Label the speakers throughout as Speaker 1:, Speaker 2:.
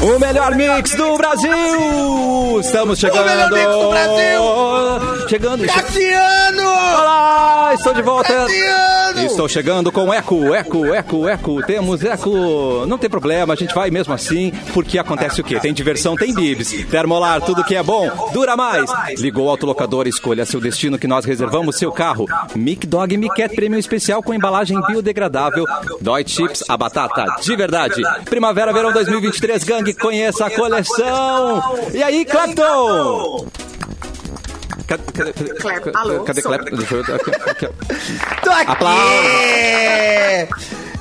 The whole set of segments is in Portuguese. Speaker 1: o melhor mix do Brasil! Estamos chegando!
Speaker 2: melhor mix do Brasil!
Speaker 1: Chegando!
Speaker 2: Cassiano!
Speaker 1: Olá, estou de volta!
Speaker 2: Cassiano!
Speaker 1: Estou chegando com eco, eco, eco, eco. Temos eco. Não tem problema, a gente vai mesmo assim, porque acontece o quê? Tem diversão, tem bibs. Termolar, tudo que é bom, dura mais. Ligou o autolocador, escolha seu destino que nós reservamos seu carro. Mic Dog Mic Cat Premium Especial com embalagem biodegradável. Dói Chips, a batata de verdade. Primavera, verão 2023, gangue, conheça a coleção. E aí, Clapton? Cadê, cadê, cadê,
Speaker 3: Clap, alô? um
Speaker 1: cadê Clapton? Deixa eu- aqui, aqui, ó.
Speaker 2: Tô aqui!
Speaker 1: Aplausos.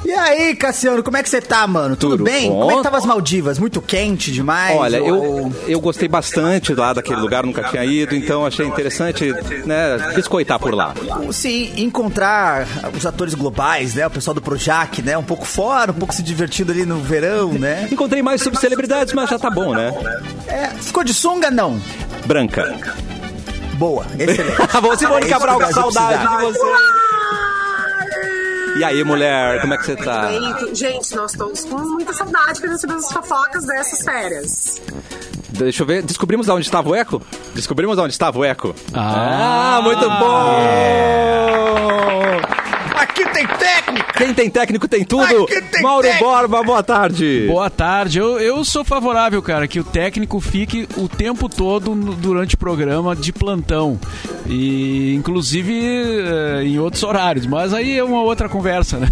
Speaker 2: E aí, Cassiano, como é que você tá, mano? Tudo,
Speaker 1: Tudo
Speaker 2: bem?
Speaker 1: bom?
Speaker 2: Como é que tava as Maldivas? Muito quente demais?
Speaker 1: Olha,
Speaker 2: Ou-
Speaker 1: eu, eu gostei bastante lá daquele lugar, nunca tinha ido, então achei interessante, né, biscoitar por lá.
Speaker 2: Sim, encontrar os atores globais, né? O pessoal do Projac, né? Um pouco fora, um pouco se divertindo ali no verão, né?
Speaker 1: Encontrei mais sobre celebridades, mas já tá bom, né?
Speaker 2: É, ficou de sunga? Não.
Speaker 1: Branca.
Speaker 2: Boa, excelente.
Speaker 1: Vou Simone
Speaker 2: É isso
Speaker 1: Cabral,
Speaker 2: que
Speaker 1: que
Speaker 2: o Brasil
Speaker 1: saudade de você. E aí, mulher, como é que você tá?
Speaker 3: Bem, gente, nós estamos com muita saudade querendo saber as fofocas dessas férias.
Speaker 1: Deixa eu ver, descobrimos onde estava o eco? Descobrimos onde estava o eco.
Speaker 4: Ah.
Speaker 1: Ah, muito bom!
Speaker 2: Aqui tem técnica!
Speaker 1: Quem tem técnico tem tudo.
Speaker 2: Aqui tem
Speaker 1: Mauro
Speaker 2: técnico.
Speaker 1: Borba, boa tarde.
Speaker 4: Boa tarde. Eu, eu sou favorável, cara, que o técnico fique o tempo todo no- durante o programa de plantão. E inclusive eh, em outros horários. Mas aí é uma outra conversa, né?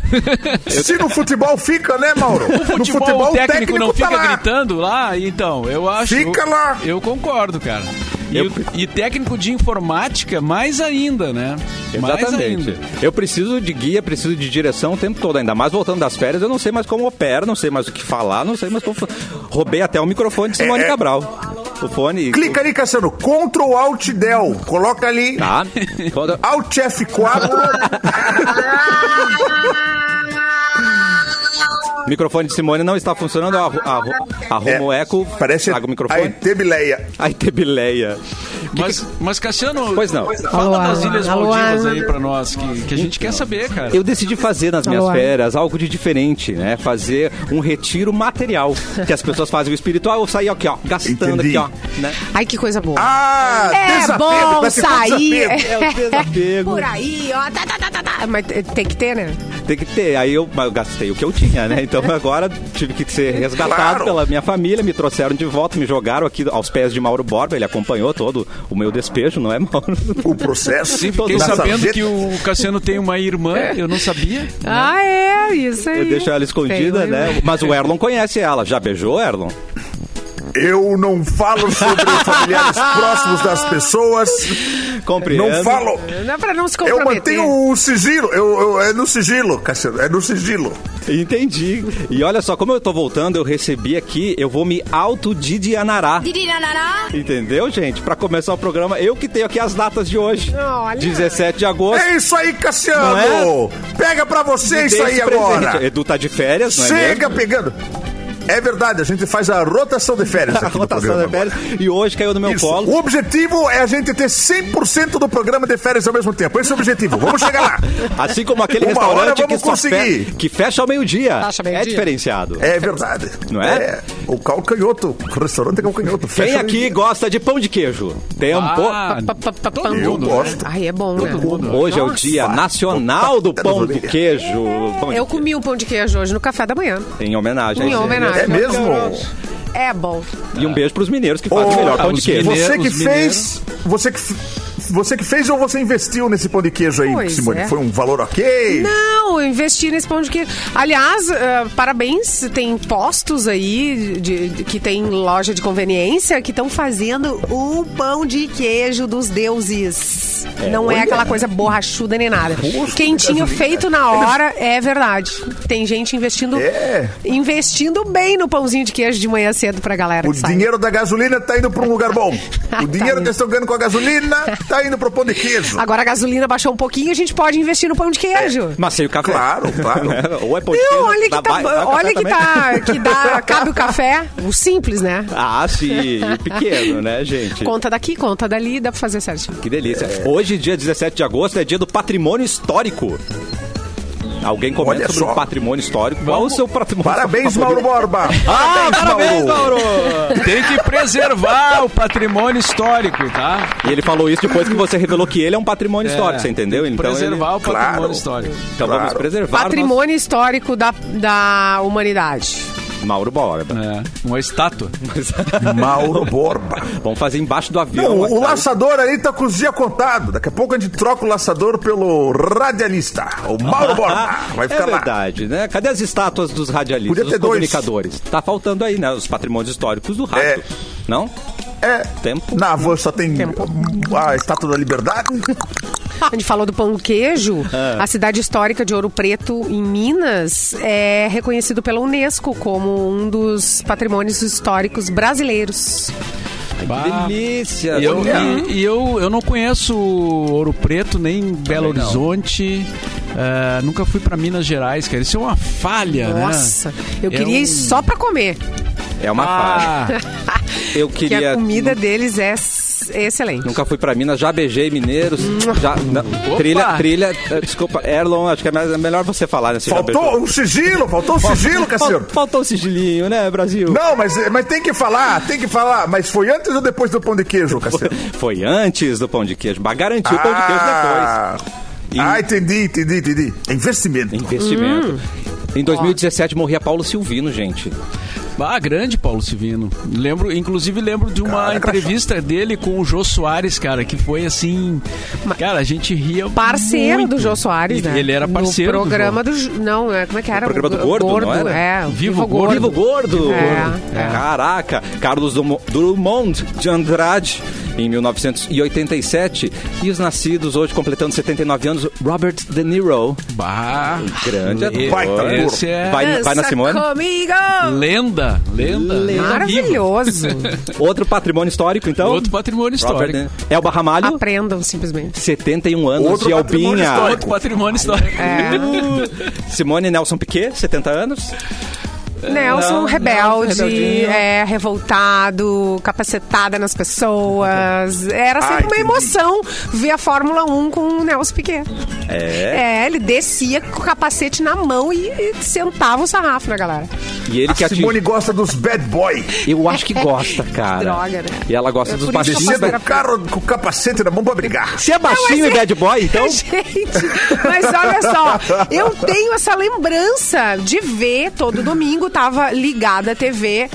Speaker 5: Se no futebol fica, né, Mauro? no
Speaker 4: Futebol, o técnico, não
Speaker 5: tá
Speaker 4: fica
Speaker 5: lá.
Speaker 4: gritando lá, então, eu acho.
Speaker 5: Fica
Speaker 4: eu-
Speaker 5: lá.
Speaker 4: Eu concordo, cara. E,
Speaker 1: Eu-
Speaker 4: o- e técnico de informática, mais ainda, né? Mais
Speaker 1: Exatamente.
Speaker 4: ainda.
Speaker 1: Eu preciso de guia, preciso de direção o tempo todo, ainda mais voltando das férias, eu não sei mais como opera, não sei mais o que falar, não sei mais como. fa- Roubei até o microfone de Simone
Speaker 5: É, é.
Speaker 1: Cabral. O fone.
Speaker 5: Clica ali, Cassiano. Ctrl Alt Del. Coloca ali.
Speaker 1: Tá. Quando-
Speaker 5: Alt F4.
Speaker 1: O microfone de Simone não está funcionando, arru- arru- arruma o eco,
Speaker 5: Parece
Speaker 1: traga o microfone.
Speaker 5: a Tebileia.
Speaker 1: Aí tebileia.
Speaker 4: Mas, mas, Cassiano,
Speaker 1: Pois não.
Speaker 4: fala
Speaker 6: Alô,
Speaker 4: das Ilhas
Speaker 6: alô,
Speaker 4: Maldivas
Speaker 6: alô.
Speaker 4: aí pra nós, que, que a gente quer saber, cara.
Speaker 1: Eu decidi fazer nas minhas
Speaker 6: Alô, Ana.
Speaker 1: férias algo de diferente, né? Fazer um retiro material. Que as pessoas fazem o espiritual, eu saí aqui, ó, gastando aqui,
Speaker 5: Entendi.
Speaker 1: ó. Né?
Speaker 3: Ai, que coisa boa.
Speaker 5: Ah,
Speaker 6: É
Speaker 5: desapego,
Speaker 6: bom
Speaker 5: vai ficar
Speaker 6: sair.
Speaker 5: um desapego.
Speaker 1: É o desapego.
Speaker 3: Por aí, ó. Tá, tá, tá, tá, tá. Mas eh, tem que ter, né?
Speaker 1: Tem que ter. Aí eu, mas eu gastei o que eu tinha, né? Então agora tive que ser resgatado
Speaker 5: Claro.
Speaker 1: pela minha família, me trouxeram de volta, me jogaram aqui aos pés de Mauro Borba. Ele acompanhou todo o meu despejo, não é, Mauro?
Speaker 5: O processo.
Speaker 4: Sim, fiquei
Speaker 5: da
Speaker 4: sabendo
Speaker 5: sarjeta.
Speaker 4: que o Cassiano tem uma irmã,
Speaker 1: É.
Speaker 4: eu não sabia.
Speaker 3: Ah, é, isso aí.
Speaker 1: Eu deixo ela escondida,
Speaker 3: Tem,
Speaker 1: né? Mas o Erlon conhece ela. Já beijou, Erlon?
Speaker 5: Eu não falo sobre os familiares próximos das pessoas.
Speaker 1: Compreendo.
Speaker 5: Não falo.
Speaker 3: Não é pra não se
Speaker 5: Eu
Speaker 3: comprometer.
Speaker 5: mantenho o sigilo. Eu, eu- é no sigilo, Cassiano. É no sigilo.
Speaker 1: Entendi. E olha só, como eu tô voltando, eu recebi aqui, eu vou me autodidianará. Entendeu, gente? Pra começar o programa, eu que tenho aqui as datas de hoje.
Speaker 3: Olha.
Speaker 1: 17 de agosto.
Speaker 5: É isso aí, Cassiano.
Speaker 4: é?
Speaker 5: Pega pra você isso aí
Speaker 1: Dei esse presente.
Speaker 5: agora.
Speaker 1: Edu tá de férias, não é mesmo?
Speaker 5: Chega pegando. É verdade, a gente faz a rotação de férias.
Speaker 1: A
Speaker 5: aqui no
Speaker 1: rotação
Speaker 5: programa.
Speaker 1: da férias. E hoje caiu no meu
Speaker 5: Isso.
Speaker 1: colo.
Speaker 5: O objetivo é a gente ter 100% do programa de férias ao mesmo tempo. Esse é o objetivo. Vamos chegar lá.
Speaker 1: Assim como aquele
Speaker 5: Uma hora
Speaker 1: restaurante
Speaker 5: vamos
Speaker 1: que, só fe-
Speaker 5: conseguir.
Speaker 1: que fecha ao meio-dia.
Speaker 3: Fecha ao
Speaker 1: é
Speaker 3: meio-dia.
Speaker 1: diferenciado.
Speaker 5: É verdade.
Speaker 1: Não é?
Speaker 5: O calcanhoto. O restaurante é calcanhoto.
Speaker 1: Quem
Speaker 5: Fecha
Speaker 1: aqui
Speaker 5: ali.
Speaker 1: gosta de pão de queijo? um Tempo.
Speaker 4: Ah,
Speaker 3: Pa, pa, pa, pam.
Speaker 5: Eu gosto.
Speaker 3: Ai, é bom, né?
Speaker 1: Hoje é o Dia Nacional do
Speaker 5: Tá
Speaker 1: Pão
Speaker 5: nas
Speaker 1: de
Speaker 5: orelhas.
Speaker 1: Queijo. Pão de
Speaker 3: Eu comi um pão de queijo hoje no café da manhã.
Speaker 1: queijo. Em homenagem.
Speaker 3: Em homenagem.
Speaker 5: É mesmo?
Speaker 3: É bom.
Speaker 1: E um beijo pros mineiros que fazem o
Speaker 5: Ô,
Speaker 1: melhor pão
Speaker 4: os
Speaker 1: de queijo.
Speaker 4: mineiros.
Speaker 5: Você que
Speaker 4: Os mineiros.
Speaker 5: fez. Você que. f- Você que fez ou você investiu nesse pão de queijo aí,
Speaker 3: Pois
Speaker 5: Simone?
Speaker 3: é.
Speaker 5: Foi um valor ok?
Speaker 3: Não, eu investi nesse pão de queijo. Aliás, eh, parabéns, tem postos aí de- de- que tem loja de conveniência que estão fazendo o pão de queijo dos deuses. Não é aquela coisa borrachuda nem nada. Quem tinha feito na hora é verdade. Tem gente investindo
Speaker 5: É.
Speaker 3: investindo bem no pãozinho de queijo de manhã cedo pra galera.
Speaker 5: O
Speaker 3: que sai.
Speaker 5: dinheiro da gasolina tá indo pra um lugar bom. O dinheiro
Speaker 3: Tá indo.
Speaker 5: que eles estão ganhando com a gasolina tá indo pro pão de queijo.
Speaker 3: Agora a gasolina baixou um pouquinho, a gente pode investir no pão de
Speaker 5: É.
Speaker 3: queijo.
Speaker 1: Mas sei o café.
Speaker 5: Claro, claro.
Speaker 1: Ou é pão de queijo.
Speaker 3: Não, olha que
Speaker 1: dá-
Speaker 3: tá,
Speaker 1: vai- dá café
Speaker 3: olha que
Speaker 1: também.
Speaker 3: tá, que dá, cabe o café, o simples, né?
Speaker 1: Ah, sim. E Pequeno, né, gente?
Speaker 3: Conta daqui, conta dali, dá pra fazer certinho.
Speaker 1: Que delícia. Hoje, dia 17 de agosto, é dia do patrimônio histórico. Alguém comenta
Speaker 5: Olha
Speaker 1: sobre
Speaker 5: só.
Speaker 1: o patrimônio histórico. Qual o seu patrimônio
Speaker 5: Parabéns, Mauro
Speaker 1: favorito?
Speaker 5: Borba.
Speaker 4: Ah, parabéns,
Speaker 5: Mauro.
Speaker 4: Mauro! Tem que preservar o patrimônio histórico, tá?
Speaker 1: E ele falou isso depois que você revelou que ele é um patrimônio histórico, você entendeu? Então,
Speaker 4: preservar
Speaker 1: ele-
Speaker 4: o patrimônio
Speaker 5: Claro.
Speaker 4: histórico.
Speaker 1: então vamos
Speaker 5: Claro.
Speaker 1: preservar
Speaker 3: Patrimônio histórico da, da humanidade.
Speaker 1: nosso- Mauro Borba.
Speaker 4: É, uma estátua.
Speaker 5: Mauro Borba.
Speaker 1: Vamos fazer embaixo do avião.
Speaker 5: Não, o
Speaker 1: aquela-
Speaker 5: laçador aí tá com os dias contados. Daqui a pouco a gente troca o laçador pelo radialista, o Mauro Borba. Ah, Vai ficar
Speaker 1: é
Speaker 5: lá.
Speaker 1: verdade, né? Cadê as estátuas dos radialistas,
Speaker 5: Podia
Speaker 1: dos
Speaker 5: ter dois.
Speaker 1: comunicadores? Tá faltando aí, né? Os patrimônios históricos do rádio.
Speaker 5: É.
Speaker 1: Não?
Speaker 5: É.
Speaker 1: Tempo.
Speaker 5: Na van só tem a estátua da liberdade.
Speaker 3: A gente falou do pão queijo.
Speaker 1: É.
Speaker 3: A cidade histórica de Ouro Preto, em Minas, é reconhecido pela Unesco como um dos patrimônios históricos brasileiros.
Speaker 1: Ah.
Speaker 4: Bah.
Speaker 1: Delícia.
Speaker 4: E eu, e- e eu, eu não conheço Ouro Preto, nem Belo
Speaker 1: não.
Speaker 4: Horizonte. eh, nunca fui pra Minas Gerais, cara. Isso é uma falha, né?
Speaker 3: Nossa, eu
Speaker 4: É
Speaker 3: queria
Speaker 4: um-
Speaker 3: ir só pra comer.
Speaker 1: É uma falha.
Speaker 4: Ah,
Speaker 1: Eu
Speaker 3: Porque
Speaker 1: queria.
Speaker 3: a comida deles é s- excelente.
Speaker 1: Nunca fui pra Minas, já beijei mineiros. já, não, trilha, trilha. eh, Desculpa, Erlon, acho que é me- é melhor você falar, né? Você já
Speaker 5: Faltou
Speaker 1: beijou.
Speaker 5: um sigilo, faltou um sigilo, Cassiano.
Speaker 1: Fal- Faltou o sigilinho, né, Brasil?
Speaker 5: Não, mas, mas tem que falar, tem que falar. Mas foi antes ou depois do pão de queijo, Cassiano?
Speaker 1: Foi antes do pão de queijo, mas garantiu o pão de queijo depois. E-
Speaker 5: Ah, entendi, entendi, entendi. É investimento.
Speaker 1: Investimento.
Speaker 3: Hum.
Speaker 1: Em 2017 morria Paulo Silvino, gente.
Speaker 4: bah, Ah, grande Paulo Silvino. Lembro, inclusive lembro de uma
Speaker 5: Cara,
Speaker 4: entrevista dele com o Jô Soares, cara, que foi assim. Cara, a gente ria.
Speaker 3: Parceiro
Speaker 4: muito.
Speaker 3: do Jô Soares,
Speaker 4: Ele-
Speaker 3: né?
Speaker 4: Ele era parceiro.
Speaker 3: No
Speaker 4: do Jô.
Speaker 3: programa do. Jô- não, é, como é que era?
Speaker 1: O programa do
Speaker 3: O
Speaker 1: Gordo, não era?
Speaker 3: É, o
Speaker 4: Vivo
Speaker 3: Vivo
Speaker 4: Gordo.
Speaker 3: Gordo.
Speaker 1: Vivo gordo!
Speaker 3: É, é.
Speaker 1: Caraca! Carlos Dum- Drummond de Andrade, em 1987. E os nascidos hoje, completando 79 anos, Robert De Niro.
Speaker 4: Bah,
Speaker 1: Grande ator. tá
Speaker 5: Baita
Speaker 4: Esse é
Speaker 1: Vai, vai na
Speaker 3: Dança
Speaker 1: Simone.
Speaker 3: comigo!
Speaker 4: Tá lenda, lenda. lenda viva.
Speaker 3: Maravilhoso.
Speaker 1: Outro patrimônio histórico, então?
Speaker 4: Outro patrimônio
Speaker 1: Robert
Speaker 5: né?
Speaker 4: histórico.
Speaker 1: De- né? Elba Ramalho,
Speaker 3: Aprendam, simplesmente.
Speaker 1: 71 anos
Speaker 5: Outro
Speaker 1: de
Speaker 5: patrimônio
Speaker 1: Albinha.
Speaker 5: histórico.
Speaker 4: Outro patrimônio histórico.
Speaker 3: É.
Speaker 1: É. Simone Nelson Piquet, 70 anos.
Speaker 3: Nelson,
Speaker 1: não,
Speaker 3: rebelde,
Speaker 1: rebeldinho.
Speaker 3: é, revoltado, capacetada nas pessoas. Era sempre uma
Speaker 5: entendi.
Speaker 3: emoção ver a Fórmula 1 com o Nelson Piquet.
Speaker 1: É.
Speaker 3: É, ele descia com o capacete na mão e, e sentava o sarrafo na galera.
Speaker 1: E ele
Speaker 5: A
Speaker 1: que atingiu.
Speaker 5: Simone gosta dos bad boy.
Speaker 1: Eu acho que gosta, cara.
Speaker 3: droga, né?
Speaker 1: E ela gosta
Speaker 3: É
Speaker 1: dos
Speaker 3: por isso que eu
Speaker 1: baixinhos.
Speaker 3: faço
Speaker 5: Descer
Speaker 1: bad-
Speaker 5: do carro com o capacete na mão pra brigar.
Speaker 1: Se é baixinho e bad boy, então.
Speaker 3: Gente, mas olha só, eu tenho essa lembrança de ver todo domingo, tava ligada a TV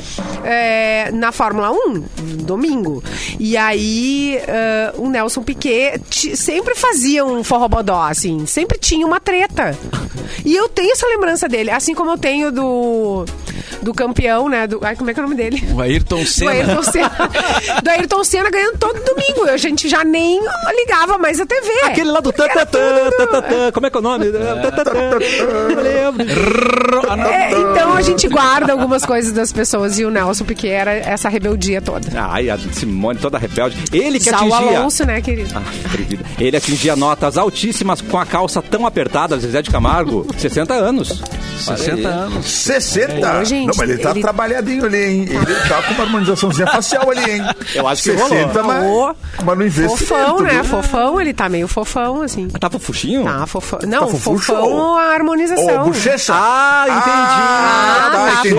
Speaker 3: é, na Fórmula 1, domingo. E aí é, o Nelson Piquet ti- sempre fazia um forrobodó, assim, sempre tinha uma treta. E eu tenho essa lembrança dele, assim como eu tenho do, do campeão, né? Do, ai, como é que é o nome dele?
Speaker 4: O Ayrton Senna.
Speaker 3: Do Ayrton Senna. Do Ayrton Senna ganhando todo domingo. A gente já nem ligava mais a TV.
Speaker 1: Aquele lá do tan, tan, tan, tan, tan, tan. Como é que é o nome? Tan, tan, tan. Eu lembro.
Speaker 3: É, então a gente guarda algumas coisas das pessoas e o Nelson Piquet era essa rebeldia toda.
Speaker 1: Ai, a Simone toda rebelde. Ele que
Speaker 3: Já o
Speaker 1: atingia.
Speaker 3: Alonso, né, querido?
Speaker 1: Ah, querida. Ele atingia notas altíssimas com a calça tão apertada, Zezé de Camargo, 60 anos.
Speaker 4: 60 anos.
Speaker 5: 60.
Speaker 3: Ô, gente,
Speaker 5: não, mas ele tá
Speaker 3: ele-
Speaker 5: trabalhadinho ali, hein? Ele tá com uma harmonizaçãozinha facial ali, hein?
Speaker 1: Eu acho que rolou.
Speaker 5: mas,
Speaker 3: Rolou.
Speaker 5: mas não investimento.
Speaker 3: Fofão, né?
Speaker 5: Ah, viu?
Speaker 3: Fofão, ele tá meio fofão, assim.
Speaker 1: Tava fofuchinho?
Speaker 3: Tá, fofão. Não,
Speaker 5: Tá fofucho?
Speaker 3: fofão a
Speaker 5: Ô,
Speaker 3: harmonização.
Speaker 5: bochecha.
Speaker 1: Ah, entendi.
Speaker 5: Ah,
Speaker 3: Ah, tá
Speaker 5: entendi.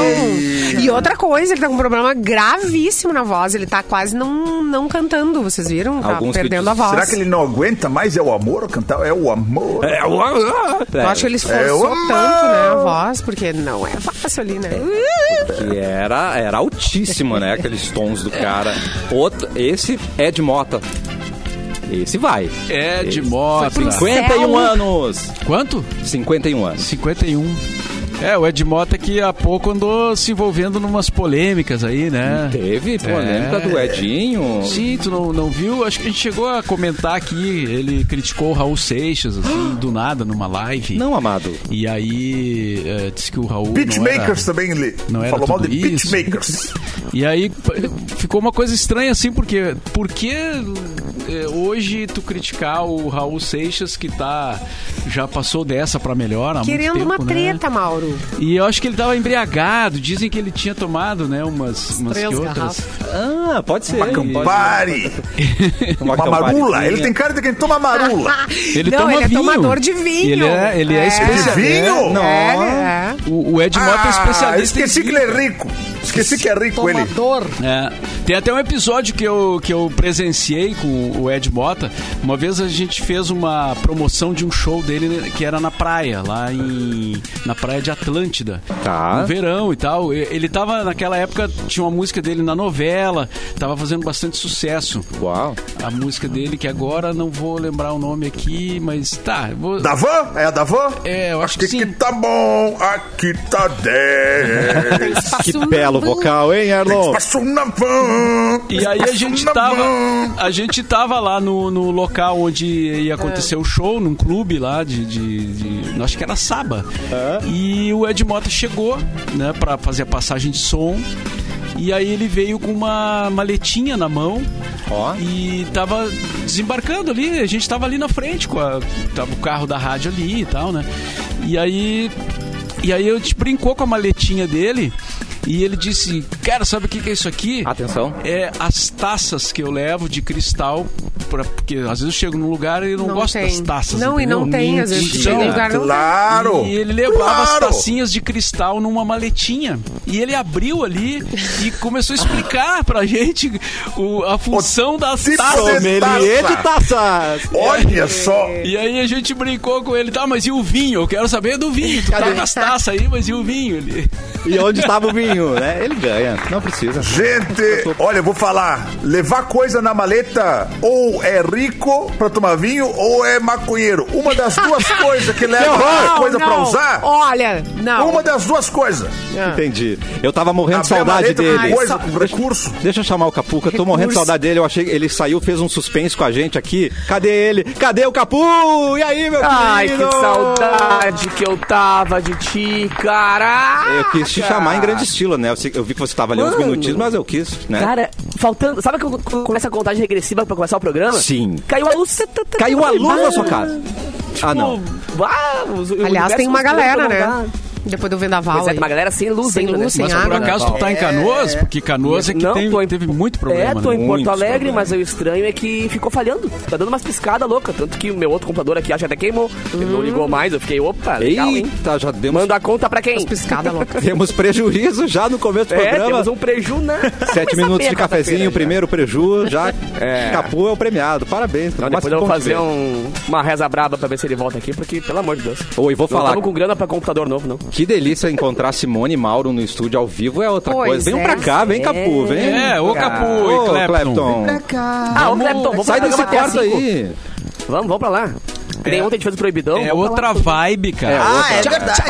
Speaker 3: fofão. E outra coisa, ele tá com um problema gravíssimo na voz. Ele tá quase não, não cantando, vocês viram? Tá
Speaker 1: Alguns que
Speaker 3: perdendo
Speaker 1: dizem-
Speaker 3: a voz.
Speaker 5: Será que ele não aguenta mais? É o amor ou cantar? É o amor.
Speaker 1: É, uá, uá.
Speaker 3: Eu acho que ele esforçou
Speaker 5: É uma-
Speaker 3: tanto, né, a voz, porque não é fácil ali, né?
Speaker 1: Que era, era altíssimo, né? Aqueles tons do cara. Outro, esse é de mota. Esse vai.
Speaker 4: É de
Speaker 1: Esse.
Speaker 4: moto.
Speaker 3: Foi pro inferno.
Speaker 1: 51
Speaker 3: Céu.
Speaker 1: anos.
Speaker 4: Quanto?
Speaker 1: 51 anos.
Speaker 4: 51. É, o Ed Mota que há pouco andou se envolvendo numas polêmicas aí, né?
Speaker 1: Teve polêmica
Speaker 4: É.
Speaker 1: do Edinho.
Speaker 4: Sim, tu não, não viu? Acho que a gente chegou a comentar aqui, ele criticou o Raul Seixas, assim, do nada, numa live.
Speaker 1: Não, amado.
Speaker 4: E aí, é, disse que o Raul não era-
Speaker 5: Pitchmakers também, ele
Speaker 4: não era
Speaker 5: falou mal
Speaker 4: tudo
Speaker 5: de
Speaker 4: isso.
Speaker 5: pitchmakers.
Speaker 4: E aí p- ficou uma coisa estranha assim, porque porque eh, hoje tu criticar o Raul Seixas, que tá, já passou dessa pra melhor há
Speaker 3: Querendo
Speaker 4: muito tempo,
Speaker 3: uma
Speaker 4: né?
Speaker 3: treta, Mauro.
Speaker 4: E eu acho que ele tava embriagado. Dizem que ele tinha tomado, né, umas, umas
Speaker 3: três
Speaker 4: que outras.
Speaker 3: garrafas.
Speaker 1: Ah, pode ser.
Speaker 5: Uma Campari,
Speaker 1: Uma
Speaker 5: uma marula. Ele tem cara de quem toma marula.
Speaker 4: Ele
Speaker 3: Não,
Speaker 4: toma
Speaker 3: ele é
Speaker 4: vinho.
Speaker 3: tomador de vinho.
Speaker 4: Ele é, ele é,
Speaker 3: É.
Speaker 5: De
Speaker 4: especialista.
Speaker 5: vinho?
Speaker 1: Não.
Speaker 3: É, é.
Speaker 4: O, o Ed Mota é
Speaker 5: Ah,
Speaker 4: especialista
Speaker 5: esqueci
Speaker 4: em
Speaker 5: que
Speaker 4: vinho.
Speaker 5: ele é rico. Esqueci que é rico ele.
Speaker 6: Tomador.
Speaker 4: É. Tem até um episódio que eu, que eu presenciei com o Ed Mota. Uma vez a gente fez uma promoção de um show dele né, que era na praia, lá em. na praia de Atlântida.
Speaker 1: Tá.
Speaker 4: No verão e tal. E- Ele tava, naquela época, tinha uma música dele na novela, tava fazendo bastante sucesso.
Speaker 1: Uau.
Speaker 4: A música dele, que agora não vou lembrar o nome aqui, mas tá, eu vou.
Speaker 5: Davan? É a Davan?
Speaker 4: É, eu acho que
Speaker 5: Aqui
Speaker 4: sim.
Speaker 5: que tá bom, aqui tá 10.
Speaker 1: Que belo vocal, hein, Erlon?
Speaker 5: Passou na van.
Speaker 4: E aí a
Speaker 5: passou
Speaker 4: gente
Speaker 5: na
Speaker 4: tava,
Speaker 5: van.
Speaker 4: a gente tava lá no, no local onde ia acontecer o show, num clube lá de, de, de- acho que era Saba. E o Ed Mota chegou, né, para fazer a passagem de som. E aí ele veio com uma maletinha na mão
Speaker 1: Ó.
Speaker 4: e tava desembarcando ali, a gente tava ali na frente com a- tava o carro da rádio ali e tal, né? E aí e aí eu te brincou com a maletinha dele e ele disse: "Cara, sabe o que que é isso aqui?"
Speaker 1: Atenção.
Speaker 4: é as taças que eu levo de cristal, pra, porque às vezes eu chego num lugar e não,
Speaker 3: Não
Speaker 4: gosto
Speaker 3: tem.
Speaker 4: das taças.
Speaker 3: Não, e não
Speaker 4: entendeu?
Speaker 3: tem, às vezes.
Speaker 4: Mentira.
Speaker 3: Chega em lugar, não tem.
Speaker 5: Claro!
Speaker 4: E ele levava as
Speaker 5: Claro!
Speaker 4: tacinhas de cristal numa maletinha. E ele abriu ali e começou a explicar pra gente o- a função das
Speaker 5: tipo
Speaker 4: taças.
Speaker 5: de-
Speaker 1: Sommelier de taças.
Speaker 5: Olha só!
Speaker 4: E aí a gente brincou com ele, tá, mas e o vinho? Eu quero saber do vinho. Tu tá com as taças aí, mas e o vinho? Ele...
Speaker 1: E onde estava o vinho, né? Ele ganha. Não precisa.
Speaker 5: Gente, olha, eu vou falar. Levar coisa na maleta ou é rico pra tomar vinho ou é maconheiro. Uma das duas coisas que leva coisa pra usar.
Speaker 3: Olha, não.
Speaker 5: Uma das duas coisas.
Speaker 1: Entendi. Eu
Speaker 5: Tá
Speaker 1: tava morrendo de
Speaker 5: Abrir a
Speaker 1: saudade
Speaker 5: maleta com
Speaker 1: dele.
Speaker 5: coisa, com recurso.
Speaker 1: Deixa eu chamar o Capuca, tô morrendo de saudade dele. Eu achei ele saiu, fez um suspense com a gente aqui. Cadê ele? Cadê o Capu? E aí, meu
Speaker 6: Ai, que
Speaker 1: querido?
Speaker 6: saudade que eu tava de ti, cara.
Speaker 1: Eu quis te chamar em grande estilo, né? Eu sei- Eu vi que você tava ali uns
Speaker 6: Mano.
Speaker 1: minutinhos, mas eu quis, né?
Speaker 6: Cara, faltando. Sabe quando quando começa a contagem regressiva pra começar o programa?
Speaker 1: Sim.
Speaker 6: Caiu a luz. Tipo,
Speaker 1: Caiu a luz na sua casa. Ah, não.
Speaker 6: Vamos, o
Speaker 3: Aliás,
Speaker 6: Ah, universo
Speaker 3: tem uma
Speaker 6: conspirando
Speaker 3: galera,
Speaker 6: pra mudar.
Speaker 3: né? Depois do vendaval.
Speaker 6: Pois é,
Speaker 3: aí.
Speaker 6: tem uma galera sem luz
Speaker 3: Sem
Speaker 6: ainda,
Speaker 3: luz,
Speaker 6: né?
Speaker 3: sem
Speaker 4: Mas por
Speaker 3: água.
Speaker 4: acaso tu tá em Canoas? Porque Canoas é que
Speaker 6: Não,
Speaker 4: tem-
Speaker 6: tô em-
Speaker 4: teve muito problema,
Speaker 6: É, tô
Speaker 4: né?
Speaker 6: em Porto
Speaker 1: Muitos
Speaker 6: Alegre,
Speaker 1: problemas.
Speaker 6: mas o estranho é que ficou falhando. Tá dando umas piscadas loucas. Tanto que o meu outro computador aqui acho que até queimou. Ele
Speaker 3: Hum.
Speaker 6: não ligou mais, eu fiquei, opa, legal, hein?
Speaker 1: Eita, já demos,
Speaker 6: Manda a conta pra quem?
Speaker 3: As piscadas loucas.
Speaker 1: temos prejuízo já no começo do
Speaker 6: É,
Speaker 1: programa.
Speaker 6: temos um preju, né?
Speaker 1: Sete minutos
Speaker 6: Começa bem
Speaker 1: de
Speaker 6: a né? quarta-feira
Speaker 1: cafezinho,
Speaker 6: já.
Speaker 1: primeiro preju, já Capu é o premiado. Parabéns.
Speaker 6: Não,
Speaker 1: mas
Speaker 6: Então depois eu vou
Speaker 1: bom te
Speaker 6: fazer
Speaker 1: ver.
Speaker 6: um- uma reza braba pra ver se ele volta aqui, porque, pelo amor de Deus.
Speaker 1: Oi, vou
Speaker 6: Não
Speaker 1: falar.
Speaker 6: tamo com grana pra computador novo, não.
Speaker 1: Que delícia encontrar Simone e Mauro no estúdio ao vivo é outra
Speaker 3: Pois
Speaker 1: coisa. Vem um
Speaker 3: é.
Speaker 1: pra cá, vem Capu, vem.
Speaker 4: É, ô Capu e
Speaker 1: Ô,
Speaker 4: Clapton.
Speaker 6: Ah, ô, Clepton, vamos
Speaker 1: Sai
Speaker 6: pra
Speaker 1: desse
Speaker 6: lá,
Speaker 3: É
Speaker 6: até
Speaker 1: quarto
Speaker 6: às cinco.
Speaker 1: aí.
Speaker 6: Vamos, vamos pra lá. Que nem
Speaker 4: É.
Speaker 6: ontem a gente fez o Proibidão.
Speaker 4: É
Speaker 6: vamos pra
Speaker 4: outra
Speaker 6: lá.
Speaker 4: vibe, cara.
Speaker 2: Ah, é
Speaker 6: Ah,
Speaker 2: verdade.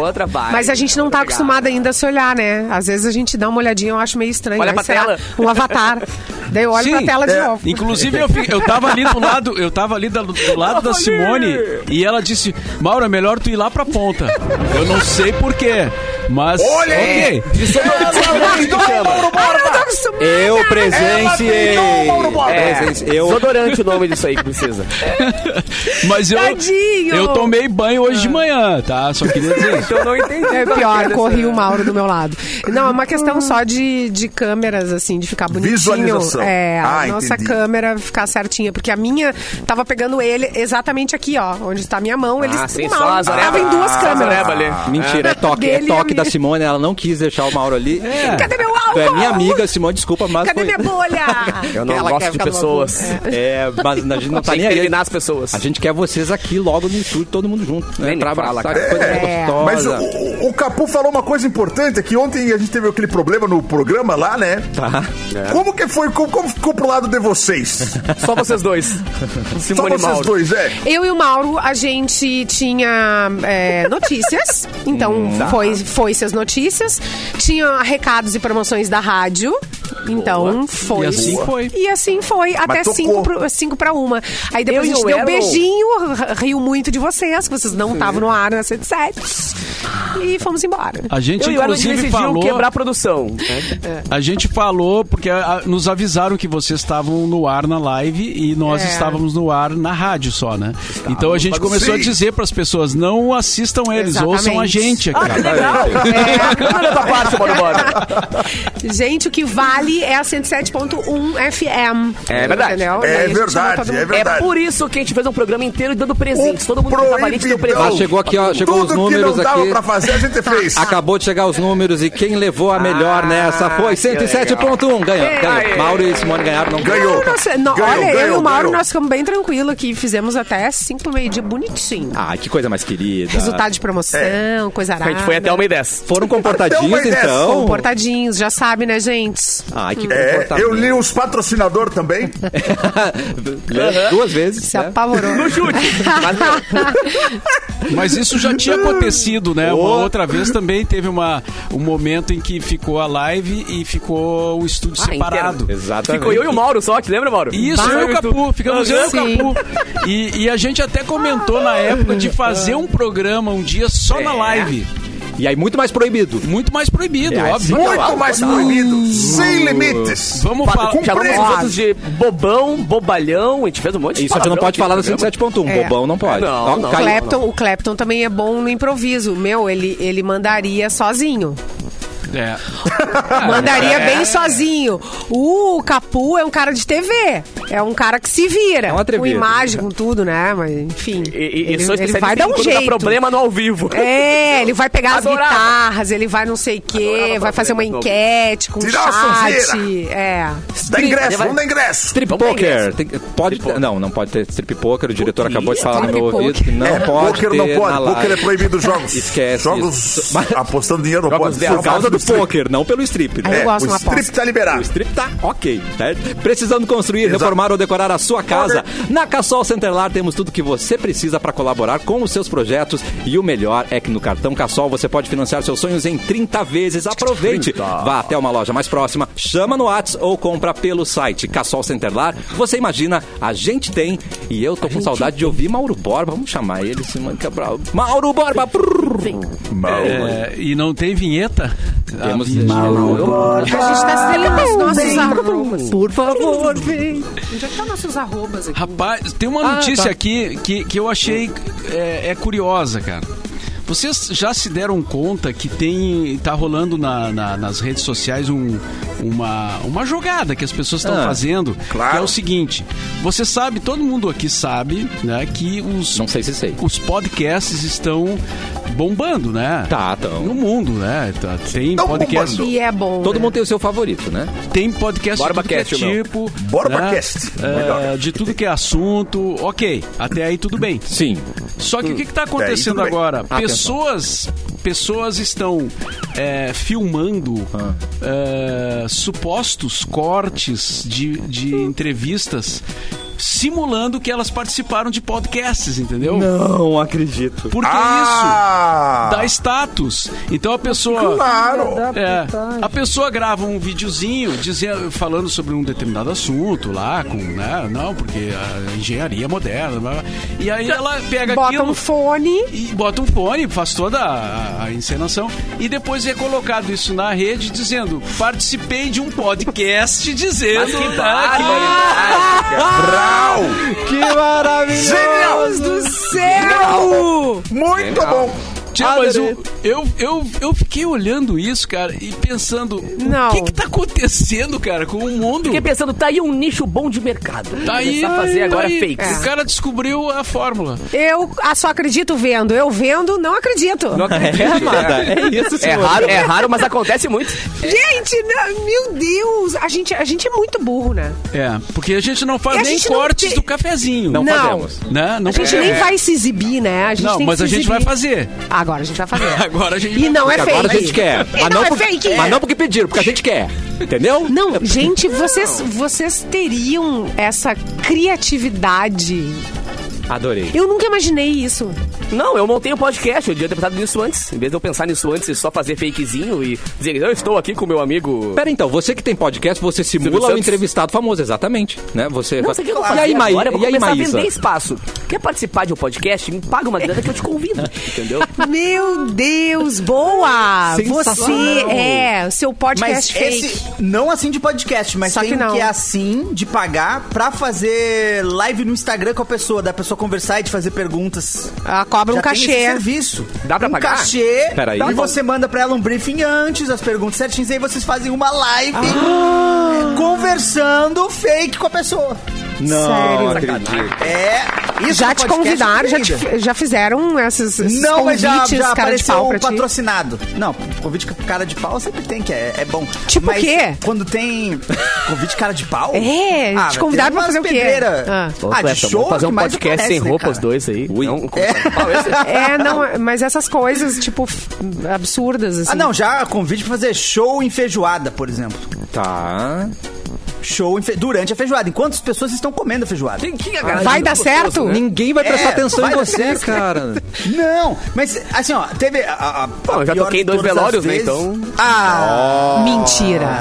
Speaker 6: é outra vibe.
Speaker 3: Mas a gente não tá acostumado ainda a se olhar, né? Às vezes a gente dá uma olhadinha, eu acho meio estranho.
Speaker 6: Olha
Speaker 3: Aí,
Speaker 6: pra
Speaker 3: sei
Speaker 6: tela.
Speaker 3: lá, Um avatar. Daí eu olho
Speaker 4: Sim,
Speaker 3: pra tela de
Speaker 5: é.
Speaker 3: novo.
Speaker 4: Inclusive, eu, fi- eu tava ali do lado, eu tava ali da- do, lado da Simone e ela disse: Mauro, é melhor tu ir lá pra ponta. Eu não sei porquê, mas.
Speaker 5: Olha aí!
Speaker 4: ok.
Speaker 3: Ah, não, eu tô acostumada.
Speaker 1: Eu presenciei.
Speaker 6: É,
Speaker 1: Presenci- Eu
Speaker 6: Desodorante o nome disso aí que precisa.
Speaker 4: Mas eu,
Speaker 3: É Tadinho!
Speaker 4: eu tomei banho hoje de manhã, tá? Só queria dizer.
Speaker 6: Então eu não entendi.
Speaker 3: É pior, corri o Mauro do meu lado. Não, é uma questão só de, de câmeras, assim, de ficar bonitinho.
Speaker 5: Visualização.
Speaker 3: É, a
Speaker 5: Ah,
Speaker 3: nossa
Speaker 5: entendi.
Speaker 3: câmera ficar certinha. Porque a minha tava pegando ele exatamente aqui, ó. Onde está a minha mão. Ele
Speaker 6: Ah, sim,
Speaker 3: o Mauro
Speaker 6: só as
Speaker 3: tava em duas
Speaker 6: orelhas.
Speaker 3: câmeras.
Speaker 6: Só as orelhas ali.
Speaker 1: Mentira, é toque, é
Speaker 3: Dele e a
Speaker 1: toque
Speaker 3: minha.
Speaker 1: da Simone, ela não quis deixar o Mauro ali.
Speaker 3: Cadê meu álcool?
Speaker 1: Tu é minha amiga, Simone, desculpa, mas
Speaker 3: Cadê
Speaker 1: foi-
Speaker 3: minha bolha?
Speaker 6: Eu não
Speaker 1: Ela quer
Speaker 6: gosto de
Speaker 1: ficar no
Speaker 6: pessoas.
Speaker 1: É, mas a gente não tá
Speaker 6: Tem que
Speaker 1: nem aí.
Speaker 6: eliminar as pessoas.
Speaker 1: A gente quer vocês aqui logo no estúdio, todo mundo junto. né?
Speaker 6: Nem me
Speaker 1: pra
Speaker 6: fala,
Speaker 1: abraçar,
Speaker 6: cara.
Speaker 1: coisa
Speaker 3: É.
Speaker 1: gostosa.
Speaker 5: Mas o, o- o Capu falou uma coisa importante, é que ontem a gente teve aquele problema no programa lá, né?
Speaker 1: Tá.
Speaker 5: Como que foi? Como, como ficou pro lado de vocês?
Speaker 6: Só vocês dois.
Speaker 1: um
Speaker 5: Só
Speaker 6: Simone e
Speaker 5: vocês
Speaker 1: né?
Speaker 6: Mauro.
Speaker 5: dois, é?
Speaker 3: Eu e o Mauro, a gente tinha é, notícias, então foi, foi-se as notícias. Tinha recados e promoções da rádio, Então foi.
Speaker 4: E assim foi.
Speaker 3: E assim foi, até
Speaker 5: tocou.
Speaker 3: 5 pro- cinco pra uma. Aí depois
Speaker 6: Eu
Speaker 3: a gente
Speaker 6: e o
Speaker 3: deu um
Speaker 6: Errol.
Speaker 3: beijinho, r- riu muito de vocês, que vocês não estavam no ar na 107. E fomos embora.
Speaker 4: A gente,
Speaker 6: Eu e o Alan
Speaker 4: inclusive,
Speaker 6: decidiu
Speaker 4: falou.
Speaker 6: quebrar a produção.
Speaker 3: É.
Speaker 6: né?
Speaker 4: A gente falou, porque a- a- nos avisaram que vocês estavam no ar na live e nós
Speaker 3: É.
Speaker 4: estávamos no ar na rádio só, né? então a gente
Speaker 5: Mas
Speaker 4: começou a
Speaker 5: sim.
Speaker 4: dizer para as pessoas: não assistam eles, ouçam a
Speaker 3: Exatamente.
Speaker 4: gente aqui.
Speaker 6: Ah, que legal. Bacana da tua parte, Mauro Borba.
Speaker 3: É. Gente, o que vale é a 107.1 FM.
Speaker 6: É verdade.
Speaker 3: um Entendeu? Daí a
Speaker 5: É
Speaker 3: gente chama
Speaker 5: verdade,
Speaker 3: todo
Speaker 5: é
Speaker 3: mundo.
Speaker 6: É
Speaker 5: verdade.
Speaker 6: por isso que a gente fez um programa inteiro dando presentes. Todo mundo que tava ali te deu
Speaker 5: proibidão.
Speaker 1: Ah,
Speaker 6: presente.
Speaker 1: chegou aqui, ó, chegou os
Speaker 5: Tudo que
Speaker 1: números
Speaker 5: não dava
Speaker 1: aqui.
Speaker 5: pra fazer, a gente fez.
Speaker 1: Acabou de chegar os números e quem levou a melhor
Speaker 6: Ah,
Speaker 1: nessa foi
Speaker 6: que legal.
Speaker 1: 107.1. Ganhou, ganhou.
Speaker 6: Aê.
Speaker 1: Mauro e Simone ganharam, não
Speaker 5: Ganhou.
Speaker 3: Não, não sei. Não,
Speaker 5: Ganhou,
Speaker 3: olha, eu e
Speaker 5: ganhou,
Speaker 3: o Mauro,
Speaker 5: ganhou.
Speaker 3: nós ficamos bem tranquilos aqui. Fizemos até 5 meio-dia bonitinho.
Speaker 5: Ah,
Speaker 1: Ai, que coisa mais querida.
Speaker 3: Resultado
Speaker 5: é.
Speaker 3: de promoção, coisa
Speaker 6: A
Speaker 3: arada.
Speaker 6: gente foi até uma e dez.
Speaker 1: Foram comportadinhos,
Speaker 5: Então, mas é,
Speaker 1: então?
Speaker 3: Comportadinhos, já sabe, né, gente?
Speaker 1: Ai, que
Speaker 5: É,
Speaker 1: comportamento.
Speaker 5: eu li os patrocinadores também.
Speaker 1: Leu Duas vezes.
Speaker 3: Se
Speaker 5: É.
Speaker 6: é
Speaker 1: né?
Speaker 3: apavorou.
Speaker 6: No chute. Mas não.
Speaker 4: Mas isso já tinha acontecido, né? Uma
Speaker 1: Oh.
Speaker 4: outra vez também teve uma, um momento em que ficou a live e ficou o estúdio
Speaker 6: Ah,
Speaker 4: separado.
Speaker 6: inteiro.
Speaker 1: Exatamente.
Speaker 6: Ficou eu e o Mauro só, te lembra, Mauro?
Speaker 4: Isso,
Speaker 6: Bah,
Speaker 4: eu e o
Speaker 6: YouTube.
Speaker 4: Capu, ficamos eu e o
Speaker 3: Sim.
Speaker 4: Capu. E, e a gente até comentou na época de fazer um programa um dia só na
Speaker 6: É.
Speaker 4: live.
Speaker 1: E aí, muito mais proibido.
Speaker 4: Muito mais proibido,
Speaker 1: É,
Speaker 4: óbvio.
Speaker 5: Muito mais proibido. Sem limites.
Speaker 4: Vamos falar.
Speaker 5: com-
Speaker 6: Chamamos os
Speaker 5: Compreendo.
Speaker 6: outros de bobão, bobalhão, a gente fez um monte de
Speaker 1: Isso só que não
Speaker 6: palavrão
Speaker 1: pode falar no
Speaker 6: nesse programa.
Speaker 1: 107.1.
Speaker 3: É.
Speaker 1: Bobão não pode.
Speaker 6: Não,
Speaker 1: Ó,
Speaker 6: não.
Speaker 1: caiu.
Speaker 3: Clapton, o Clapton também é bom no improviso. Meu, ele, ele mandaria sozinho.
Speaker 4: É.
Speaker 5: Ah,
Speaker 3: Mandaria
Speaker 5: é.
Speaker 3: bem sozinho. O Capu é um cara de TV. É um cara que se vira.
Speaker 1: É um atrevido.
Speaker 3: com imagem, com tudo, né? Mas, enfim.
Speaker 6: E, e, e
Speaker 3: ele,
Speaker 6: sou
Speaker 3: ele
Speaker 6: especialista
Speaker 3: vai dar
Speaker 6: em
Speaker 3: um
Speaker 6: quando
Speaker 3: jeito.
Speaker 6: dá problema no ao vivo.
Speaker 3: É, ele vai pegar
Speaker 6: Adorava.
Speaker 3: as guitarras, ele vai não sei o quê,
Speaker 6: Adorava
Speaker 3: vai fazer uma
Speaker 6: fazer isso.
Speaker 3: enquete com
Speaker 5: Tirar a
Speaker 3: chat.
Speaker 5: sonzeira.
Speaker 3: É.
Speaker 5: Dá ingresso,
Speaker 6: vai-
Speaker 5: vamos dar ingresso.
Speaker 1: Strip
Speaker 6: Vamos
Speaker 1: poker.
Speaker 6: nesse.
Speaker 1: Tem- pode
Speaker 6: Strip poker.
Speaker 1: Não, não pode ter strip poker. O diretor
Speaker 6: Podia,
Speaker 1: acabou de falar no
Speaker 3: strip
Speaker 1: meu ouvido que não
Speaker 5: É,
Speaker 1: pode
Speaker 5: poker
Speaker 1: ter
Speaker 5: não
Speaker 1: na
Speaker 5: pode,
Speaker 1: live.
Speaker 5: poker é proibido os jogos.
Speaker 1: Esquece
Speaker 5: Jogos
Speaker 1: isso. Mas-
Speaker 5: apostando dinheiro não
Speaker 6: Jogos
Speaker 5: pode.
Speaker 6: de
Speaker 1: Por causa do
Speaker 5: strip.
Speaker 1: poker, não pelo strip.
Speaker 3: Aí
Speaker 1: Né?
Speaker 3: eu gosto de
Speaker 5: o
Speaker 3: uma
Speaker 5: strip
Speaker 3: aposta.
Speaker 5: tá
Speaker 1: O
Speaker 5: liberado.
Speaker 1: strip tá ok, certo? Precisando construir, reformar ou decorar a sua casa? Na Cassol Centerlar temos tudo que você precisa para colaborar com os seus projetos e o melhor é que no cartão Cassol você pode financiar seus sonhos em 30 vezes. Aproveite! Vá até uma loja mais próxima, chama no Whats ou compra pelo site Cassol Centerlar. Você imagina, a gente tem e eu tô com saudade de ouvir Mauro Borba. Vamos chamar ele, Simone Cabral. Mauro Borba!
Speaker 4: É, e não tem vinheta?
Speaker 1: Temos-
Speaker 4: A vinheta.
Speaker 3: A gente tá celebrando os nossos arrobas. Por favor, vem. Onde é que tá nossos arrobas aqui?
Speaker 4: Rapaz, tem
Speaker 1: Ah,
Speaker 4: uma notícia
Speaker 1: tá.
Speaker 4: aqui que, que eu achei é, é curiosa, cara. Vocês já se deram conta que tem tá rolando na- na- nas redes sociais um- uma, uma jogada que as pessoas estão
Speaker 1: Ah,
Speaker 4: fazendo?
Speaker 5: claro.
Speaker 4: Que é o seguinte: você sabe, todo mundo aqui sabe, né, que os,
Speaker 1: Não sei se sei.
Speaker 4: os podcasts estão bombando, né?
Speaker 1: Tá, então.
Speaker 4: No mundo, né? Tá- tem
Speaker 5: Tão
Speaker 4: podcast,
Speaker 5: bombando.
Speaker 3: E é bom.
Speaker 1: Todo
Speaker 3: né?
Speaker 1: mundo tem o seu favorito, né?
Speaker 4: tem podcast de tudo que é
Speaker 6: Borbacast, meu.
Speaker 4: tipo.
Speaker 5: Borbacast,
Speaker 4: né?
Speaker 5: melhor.
Speaker 4: É, de tudo que é assunto. Ok, até aí tudo bem.
Speaker 1: Sim.
Speaker 4: Só que o que está acontecendo
Speaker 5: Daí tudo bem.
Speaker 4: agora?
Speaker 1: Atenção.
Speaker 4: Pessoas, pessoas estão é, filmando
Speaker 5: Ah.
Speaker 4: é, supostos cortes de, de entrevistas simulando que elas participaram de podcasts, entendeu?
Speaker 1: Não acredito.
Speaker 4: Porque é
Speaker 5: Ah!
Speaker 4: isso dá status. Então a pessoa...
Speaker 3: Tá,
Speaker 5: Claro!
Speaker 4: É, a pessoa grava um videozinho dizendo, falando sobre um determinado assunto lá, com, né? Não, porque a engenharia moderna. blá, blá. E aí ela pega
Speaker 3: Bota
Speaker 4: aquilo
Speaker 3: um fone.
Speaker 4: e bota um fone, faz toda a, a encenação e depois é colocado isso na rede dizendo: participei de um podcast dizendo.
Speaker 6: Mas que
Speaker 4: né,
Speaker 1: Ah,
Speaker 6: barbaridade, cara.
Speaker 5: Brau!
Speaker 1: Que maravilha!
Speaker 5: Genial!
Speaker 3: Deus do céu!
Speaker 5: Muito bom!
Speaker 4: Tia, mas eu, um." eu, eu, eu fiquei olhando isso, cara, e pensando:
Speaker 3: Não.
Speaker 4: o que, que tá acontecendo, cara, com o mundo?
Speaker 6: Fiquei pensando, tá aí um nicho bom de mercado.
Speaker 4: Tá aí,
Speaker 6: Começar a fazer
Speaker 4: tá
Speaker 6: agora
Speaker 4: aí.
Speaker 1: É.
Speaker 6: fakes.
Speaker 4: O cara descobriu a fórmula.
Speaker 3: Eu ah, só acredito vendo. Eu vendo, não acredito.
Speaker 1: É, amada, é isso,
Speaker 6: É
Speaker 1: senhor.
Speaker 6: raro, é raro, mas acontece muito.
Speaker 3: Gente, não, meu Deus! A gente, a gente é muito burro, né?
Speaker 4: É, porque a gente não
Speaker 3: E
Speaker 4: faz
Speaker 3: a
Speaker 4: nem
Speaker 3: gente não
Speaker 4: cortes
Speaker 3: tem-
Speaker 4: do cafezinho.
Speaker 1: Não,
Speaker 3: Não.
Speaker 1: podemos.
Speaker 4: Né? Não
Speaker 3: A gente nem vai se exibir, né? A gente
Speaker 4: Não,
Speaker 3: tem
Speaker 4: mas
Speaker 3: que
Speaker 4: a
Speaker 3: se
Speaker 4: gente vai
Speaker 3: exibir.
Speaker 4: fazer.
Speaker 3: Agora a gente vai fazer.
Speaker 4: Agora a gente
Speaker 3: E
Speaker 4: vai
Speaker 3: não é
Speaker 1: Porque
Speaker 3: fake.
Speaker 1: agora a gente quer.
Speaker 3: E não é
Speaker 1: porque,
Speaker 3: fake.
Speaker 1: mas não porque pediram, porque a gente quer. Entendeu?
Speaker 3: Não, gente, vocês, vocês teriam essa criatividade.
Speaker 1: Adorei.
Speaker 3: Eu nunca imaginei isso.
Speaker 6: Não, eu montei o podcast, eu devia ter pensado nisso antes. Em vez de eu pensar nisso antes e só fazer fakezinho e dizer, eu estou aqui com meu amigo.
Speaker 1: Pera então, você que tem podcast, você simula o
Speaker 6: Santos.
Speaker 1: entrevistado famoso, exatamente, né? Você
Speaker 6: Não,
Speaker 1: vai-
Speaker 6: sei o que eu vou
Speaker 1: E
Speaker 6: fazer
Speaker 1: aí, Maí-
Speaker 6: agora, eu vou
Speaker 1: e aí,
Speaker 6: começar a
Speaker 1: Maísa?
Speaker 6: vender espaço. Quer participar de um podcast? Me paga uma grana que eu te convido, entendeu?
Speaker 3: Meu Deus, boa! Você
Speaker 1: Sensacional.
Speaker 3: é seu podcast fake.
Speaker 2: não assim de podcast, mas
Speaker 3: Só
Speaker 2: tem
Speaker 3: que não.
Speaker 2: que é assim de pagar pra fazer live no Instagram com a pessoa, da pessoa conversar e de fazer perguntas.
Speaker 3: Ela cobra um
Speaker 2: Já tem esse
Speaker 3: cachê.
Speaker 2: serviço.
Speaker 6: Dá pra
Speaker 2: um
Speaker 6: pagar?
Speaker 2: cachê.
Speaker 1: Peraí.
Speaker 2: E você manda pra ela um briefing antes, as perguntas certinhas, e aí vocês fazem uma live conversando fake com a pessoa.
Speaker 1: Não,
Speaker 3: Ah. Sério.
Speaker 1: acredito.
Speaker 2: É. Isso
Speaker 3: Já
Speaker 2: no
Speaker 3: Tá te
Speaker 2: podcast,
Speaker 3: convidaram, já, te-
Speaker 2: querida.
Speaker 3: já fizeram esses, esses
Speaker 2: Não, mas
Speaker 3: convites
Speaker 2: já, já
Speaker 3: cara de pau
Speaker 2: apareceu um
Speaker 3: pra ti?
Speaker 2: patrocinado. Não, convite com cara de pau sempre tem, que é, é bom.
Speaker 3: Tipo
Speaker 2: mas
Speaker 3: o quê?
Speaker 2: Quando tem convite cara de pau...
Speaker 3: É, te
Speaker 2: vai
Speaker 3: convidaram
Speaker 2: ter umas
Speaker 3: pra fazer o quê?
Speaker 2: pedreira.
Speaker 3: Ah.
Speaker 2: Ah, de
Speaker 6: Essa,
Speaker 2: show
Speaker 6: vamos fazer um
Speaker 2: que mais
Speaker 6: podcast
Speaker 2: aparece,
Speaker 6: sem
Speaker 2: né,
Speaker 6: roupas
Speaker 2: cara?
Speaker 6: dois aí.
Speaker 1: Ui. tá.
Speaker 6: Não, Qual esse? assim.
Speaker 3: É, não, mas essas coisas, tipo, f- absurdas, assim.
Speaker 2: Ah, não, já convite pra fazer show em feijoada, por exemplo.
Speaker 1: Tá.
Speaker 2: Show em fe- durante a feijoada, enquanto as pessoas estão comendo a feijoada.
Speaker 6: Tem que agradar.
Speaker 3: Vai
Speaker 6: É
Speaker 3: dar
Speaker 6: gostoso,
Speaker 3: certo?
Speaker 6: né?
Speaker 1: Ninguém vai prestar
Speaker 2: É,
Speaker 1: atenção em
Speaker 2: vai dar
Speaker 1: você,
Speaker 2: certo.
Speaker 1: cara.
Speaker 2: Não, mas assim, ó, teve a, a, a
Speaker 6: eu já
Speaker 2: pior
Speaker 6: toquei
Speaker 2: de
Speaker 6: em dois
Speaker 2: todas as
Speaker 6: velórios, né,
Speaker 2: vezes.
Speaker 6: então-
Speaker 2: Ah,
Speaker 3: Mentira.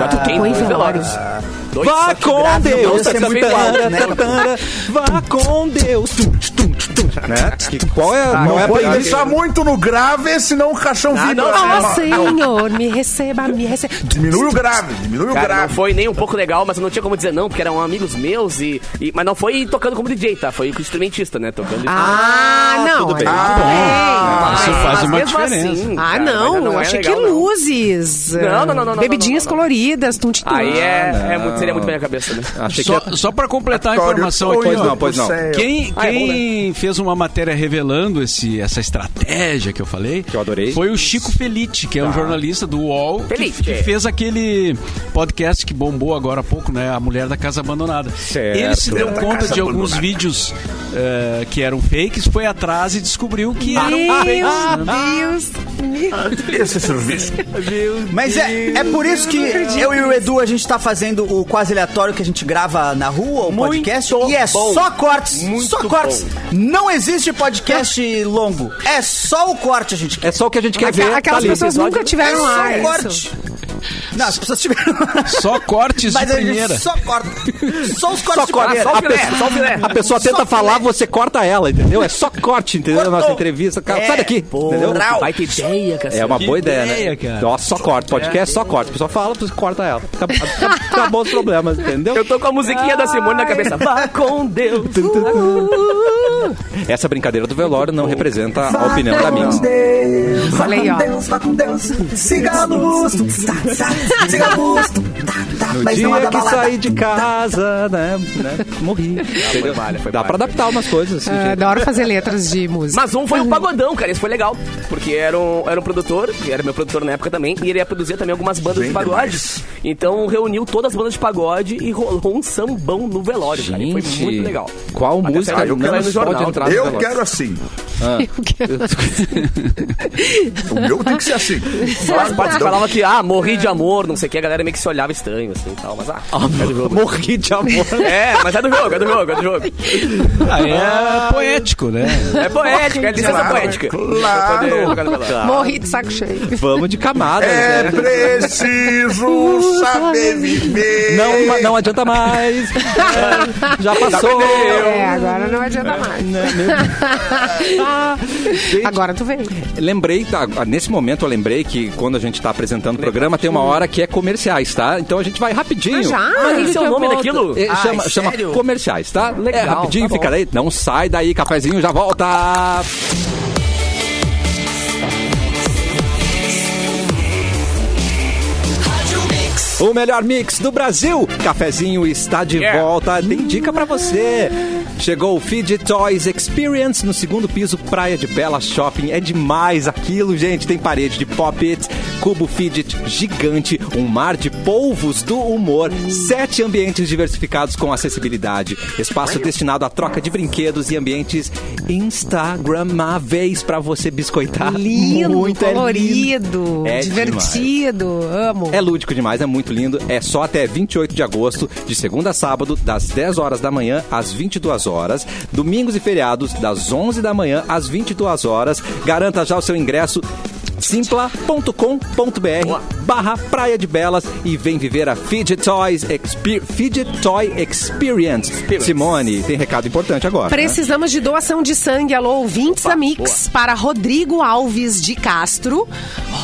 Speaker 6: Já toquei
Speaker 3: Foi
Speaker 6: em dois
Speaker 3: velórios.
Speaker 6: velórios. Dois
Speaker 1: Vá
Speaker 6: saques
Speaker 1: com
Speaker 6: grávidos,
Speaker 1: Deus,
Speaker 6: dois
Speaker 2: isso é
Speaker 6: saques
Speaker 2: muito
Speaker 6: grávidos.
Speaker 2: alto, né?
Speaker 1: Vá com Deus. Tum, tum, tum, tum. Né? Que- qual é, não é a
Speaker 5: Não pode
Speaker 1: pegada-
Speaker 5: deixar muito no grave, senão o caixão vibra.
Speaker 3: Ah,
Speaker 5: Não,
Speaker 3: senhor, me receba, me receba. Ah,
Speaker 5: Diminui o grave, diminui o
Speaker 6: Cara, não
Speaker 5: grave.
Speaker 6: foi nem um pouco legal, mas eu não tinha como dizer não, porque eram amigos meus e. e- mas não foi tocando como DJ, tá? Foi com instrumentista, né? Tocando.
Speaker 3: Ah, não.
Speaker 1: tudo bem.
Speaker 3: aí
Speaker 1: Ah,
Speaker 3: tudo bem.
Speaker 6: Mas-
Speaker 4: isso faz
Speaker 6: mas
Speaker 4: uma
Speaker 6: mesmo
Speaker 4: diferença.
Speaker 3: Ah,
Speaker 6: cara,
Speaker 3: não,
Speaker 6: mas
Speaker 3: eu
Speaker 6: é
Speaker 3: achei
Speaker 6: legal,
Speaker 3: que
Speaker 6: não.
Speaker 3: luzes.
Speaker 6: Não, não, não, não, não,
Speaker 3: Bebidinhas
Speaker 6: não, não, não.
Speaker 3: coloridas, tum tum
Speaker 6: Aí é, é muito, seria muito bem a cabeça, né?
Speaker 1: Achei que
Speaker 4: Só,
Speaker 1: é-
Speaker 4: só para completar a informação aqui,
Speaker 1: Pois
Speaker 4: ó.
Speaker 1: não, pois não.
Speaker 4: Quem,
Speaker 6: Ah, é bom,
Speaker 4: quem fez uma matéria revelando esse, essa estratégia que eu falei
Speaker 1: eu adorei.
Speaker 4: foi o Chico Felitti, que é um jornalista do UOL que-
Speaker 6: Felitti.
Speaker 4: que, fez aquele podcast que bombou agora há pouco, né? A Mulher da Casa Abandonada.
Speaker 1: Certo.
Speaker 4: Ele se deu
Speaker 5: Mulher da
Speaker 4: conta
Speaker 5: Casa
Speaker 4: de alguns
Speaker 5: Abandonada.
Speaker 4: vídeos eh, que eram fakes, foi atrás e descobriu que eram fakes. né?
Speaker 3: Meu Deus.
Speaker 5: Esse serviço.
Speaker 2: Mas é, é por isso que eu e o Edu, a gente tá fazendo o quase aleatório que a gente grava na rua, o podcast. E é
Speaker 6: bom.
Speaker 2: só cortes,
Speaker 6: Muito
Speaker 2: só cortes.
Speaker 6: bom.
Speaker 2: Não existe podcast longo. É só o corte, a gente quer.
Speaker 1: É só o que a gente quer ver. tá
Speaker 3: Aquelas
Speaker 1: ali.
Speaker 3: pessoas nunca
Speaker 2: é
Speaker 3: tiveram
Speaker 2: só
Speaker 3: lá.
Speaker 2: o
Speaker 3: isso.
Speaker 2: corte. Não, as pessoas tiveram
Speaker 4: Só cortes
Speaker 2: Mas
Speaker 4: de
Speaker 2: a gente
Speaker 4: primeira.
Speaker 2: só corta. Só os cortes
Speaker 1: Só
Speaker 2: de
Speaker 1: corte.
Speaker 2: primeira.
Speaker 1: A pessoa- A pessoa tenta
Speaker 2: Só
Speaker 1: falar,
Speaker 2: filé.
Speaker 1: você corta ela, entendeu? É só corte, entendeu?
Speaker 2: Cortou.
Speaker 1: Nossa entrevista. Cara,
Speaker 2: É,
Speaker 1: sai daqui, entendeu?
Speaker 2: moral.
Speaker 6: Vai ter ideia, cara.
Speaker 1: É uma
Speaker 4: Que
Speaker 1: boa ideia,
Speaker 4: ideia,
Speaker 1: né?
Speaker 4: cara.
Speaker 1: Nossa, só corta. Podcast, só corta. A pessoa fala, você corta ela. Acabou, acabou os problemas, entendeu?
Speaker 6: Eu tô com a musiquinha da Simone na cabeça. Vá com Deus.
Speaker 1: Essa brincadeira do velório não representa a opinião da minha.
Speaker 3: Falei, ó.
Speaker 2: Vá com Deus, siga a luz, tá, tá, siga a luz, tá, tá,
Speaker 1: No
Speaker 2: mas
Speaker 1: dia
Speaker 2: não
Speaker 5: é
Speaker 2: anda
Speaker 1: que
Speaker 2: balada.
Speaker 1: saí de casa, né? né, morri. entendeu? Dá pra adaptar umas coisas.
Speaker 6: É.
Speaker 1: assim,
Speaker 3: Eu
Speaker 1: gente.
Speaker 3: Adoro fazer letras de música.
Speaker 6: Mas um foi um pagodão, cara. Esse foi legal. Porque era um, era um produtor, que era meu produtor na época também, e ele ia produzir também algumas bandas de pagode. Então reuniu todas as bandas de pagode e rolou um sambão no velório, cara. E
Speaker 1: Gente,
Speaker 6: foi muito legal.
Speaker 1: Qual música
Speaker 6: saiu
Speaker 1: não
Speaker 5: é
Speaker 6: pela- no
Speaker 1: pode
Speaker 6: jornal.
Speaker 1: entrar no
Speaker 5: Eu
Speaker 1: velório?
Speaker 5: quero assim.
Speaker 6: Ah.
Speaker 3: Eu quero-
Speaker 5: O meu tem que ser assim.
Speaker 6: As partes falavam que, ah, morri de amor, não sei o que, a galera meio que se olhava estranho, assim e tal, mas ah.
Speaker 1: Morri de amor.
Speaker 6: É, mas é do jogo, é do jogo, é do jogo.
Speaker 4: Ah, é poético, né?
Speaker 6: É poética, é licença
Speaker 5: Claro,
Speaker 6: poética.
Speaker 5: claro.
Speaker 6: Pra poder jogar no velório.
Speaker 3: Morri de saco cheio.
Speaker 1: Vamos de camadas,
Speaker 5: É
Speaker 1: né?
Speaker 5: preciso saber viver.
Speaker 1: Não, ma- não adianta mais. É, Já passou.
Speaker 3: É, agora não adianta mais. Agora tu vem.
Speaker 1: Lembrei, tá, nesse momento eu lembrei que quando a gente tá apresentando o programa, tem uma hora que é comerciais, tá? Então a gente vai rapidinho.
Speaker 3: Já?
Speaker 6: Mas esse é o nome
Speaker 1: volta.
Speaker 6: daquilo?
Speaker 1: É,
Speaker 2: Ai,
Speaker 1: chama, chama
Speaker 2: sério?
Speaker 1: comerciais, tá?
Speaker 6: Legal,
Speaker 1: é rapidinho,
Speaker 6: tá
Speaker 1: fica
Speaker 6: bom.
Speaker 1: daí. Não sai daí, cafezinho, já volta. O melhor mix do Brasil. Cafezinho está de
Speaker 6: Yeah.
Speaker 1: volta. Tem dica pra você. Chegou o Feed Toys Experience no segundo piso, Praia de Bela Shopping. É demais aquilo, gente. Tem parede de pop-it, cubo fidget gigante, um mar de polvos do humor, sete ambientes diversificados com acessibilidade, espaço destinado à troca de brinquedos e ambientes instagramáveis pra você biscoitar.
Speaker 3: Lindo,
Speaker 1: Muito é lindo.
Speaker 3: colorido,
Speaker 1: É
Speaker 3: divertido. Amo.
Speaker 1: É lúdico demais, é muito lindo. É só até 28 de agosto, de segunda a sábado, das 10 horas da manhã às 22 22 horas. Domingos e feriados, das 11 da manhã às 22 horas. Garanta já o seu ingresso simpla.com.br barra Praia de Belas e vem viver a Fidget, Toys Exper- Fidget Toy Experience. Simone, tem recado importante agora. né?
Speaker 3: Precisamos de doação de sangue, alô, ouvintes da Mix, para Rodrigo Alves de Castro.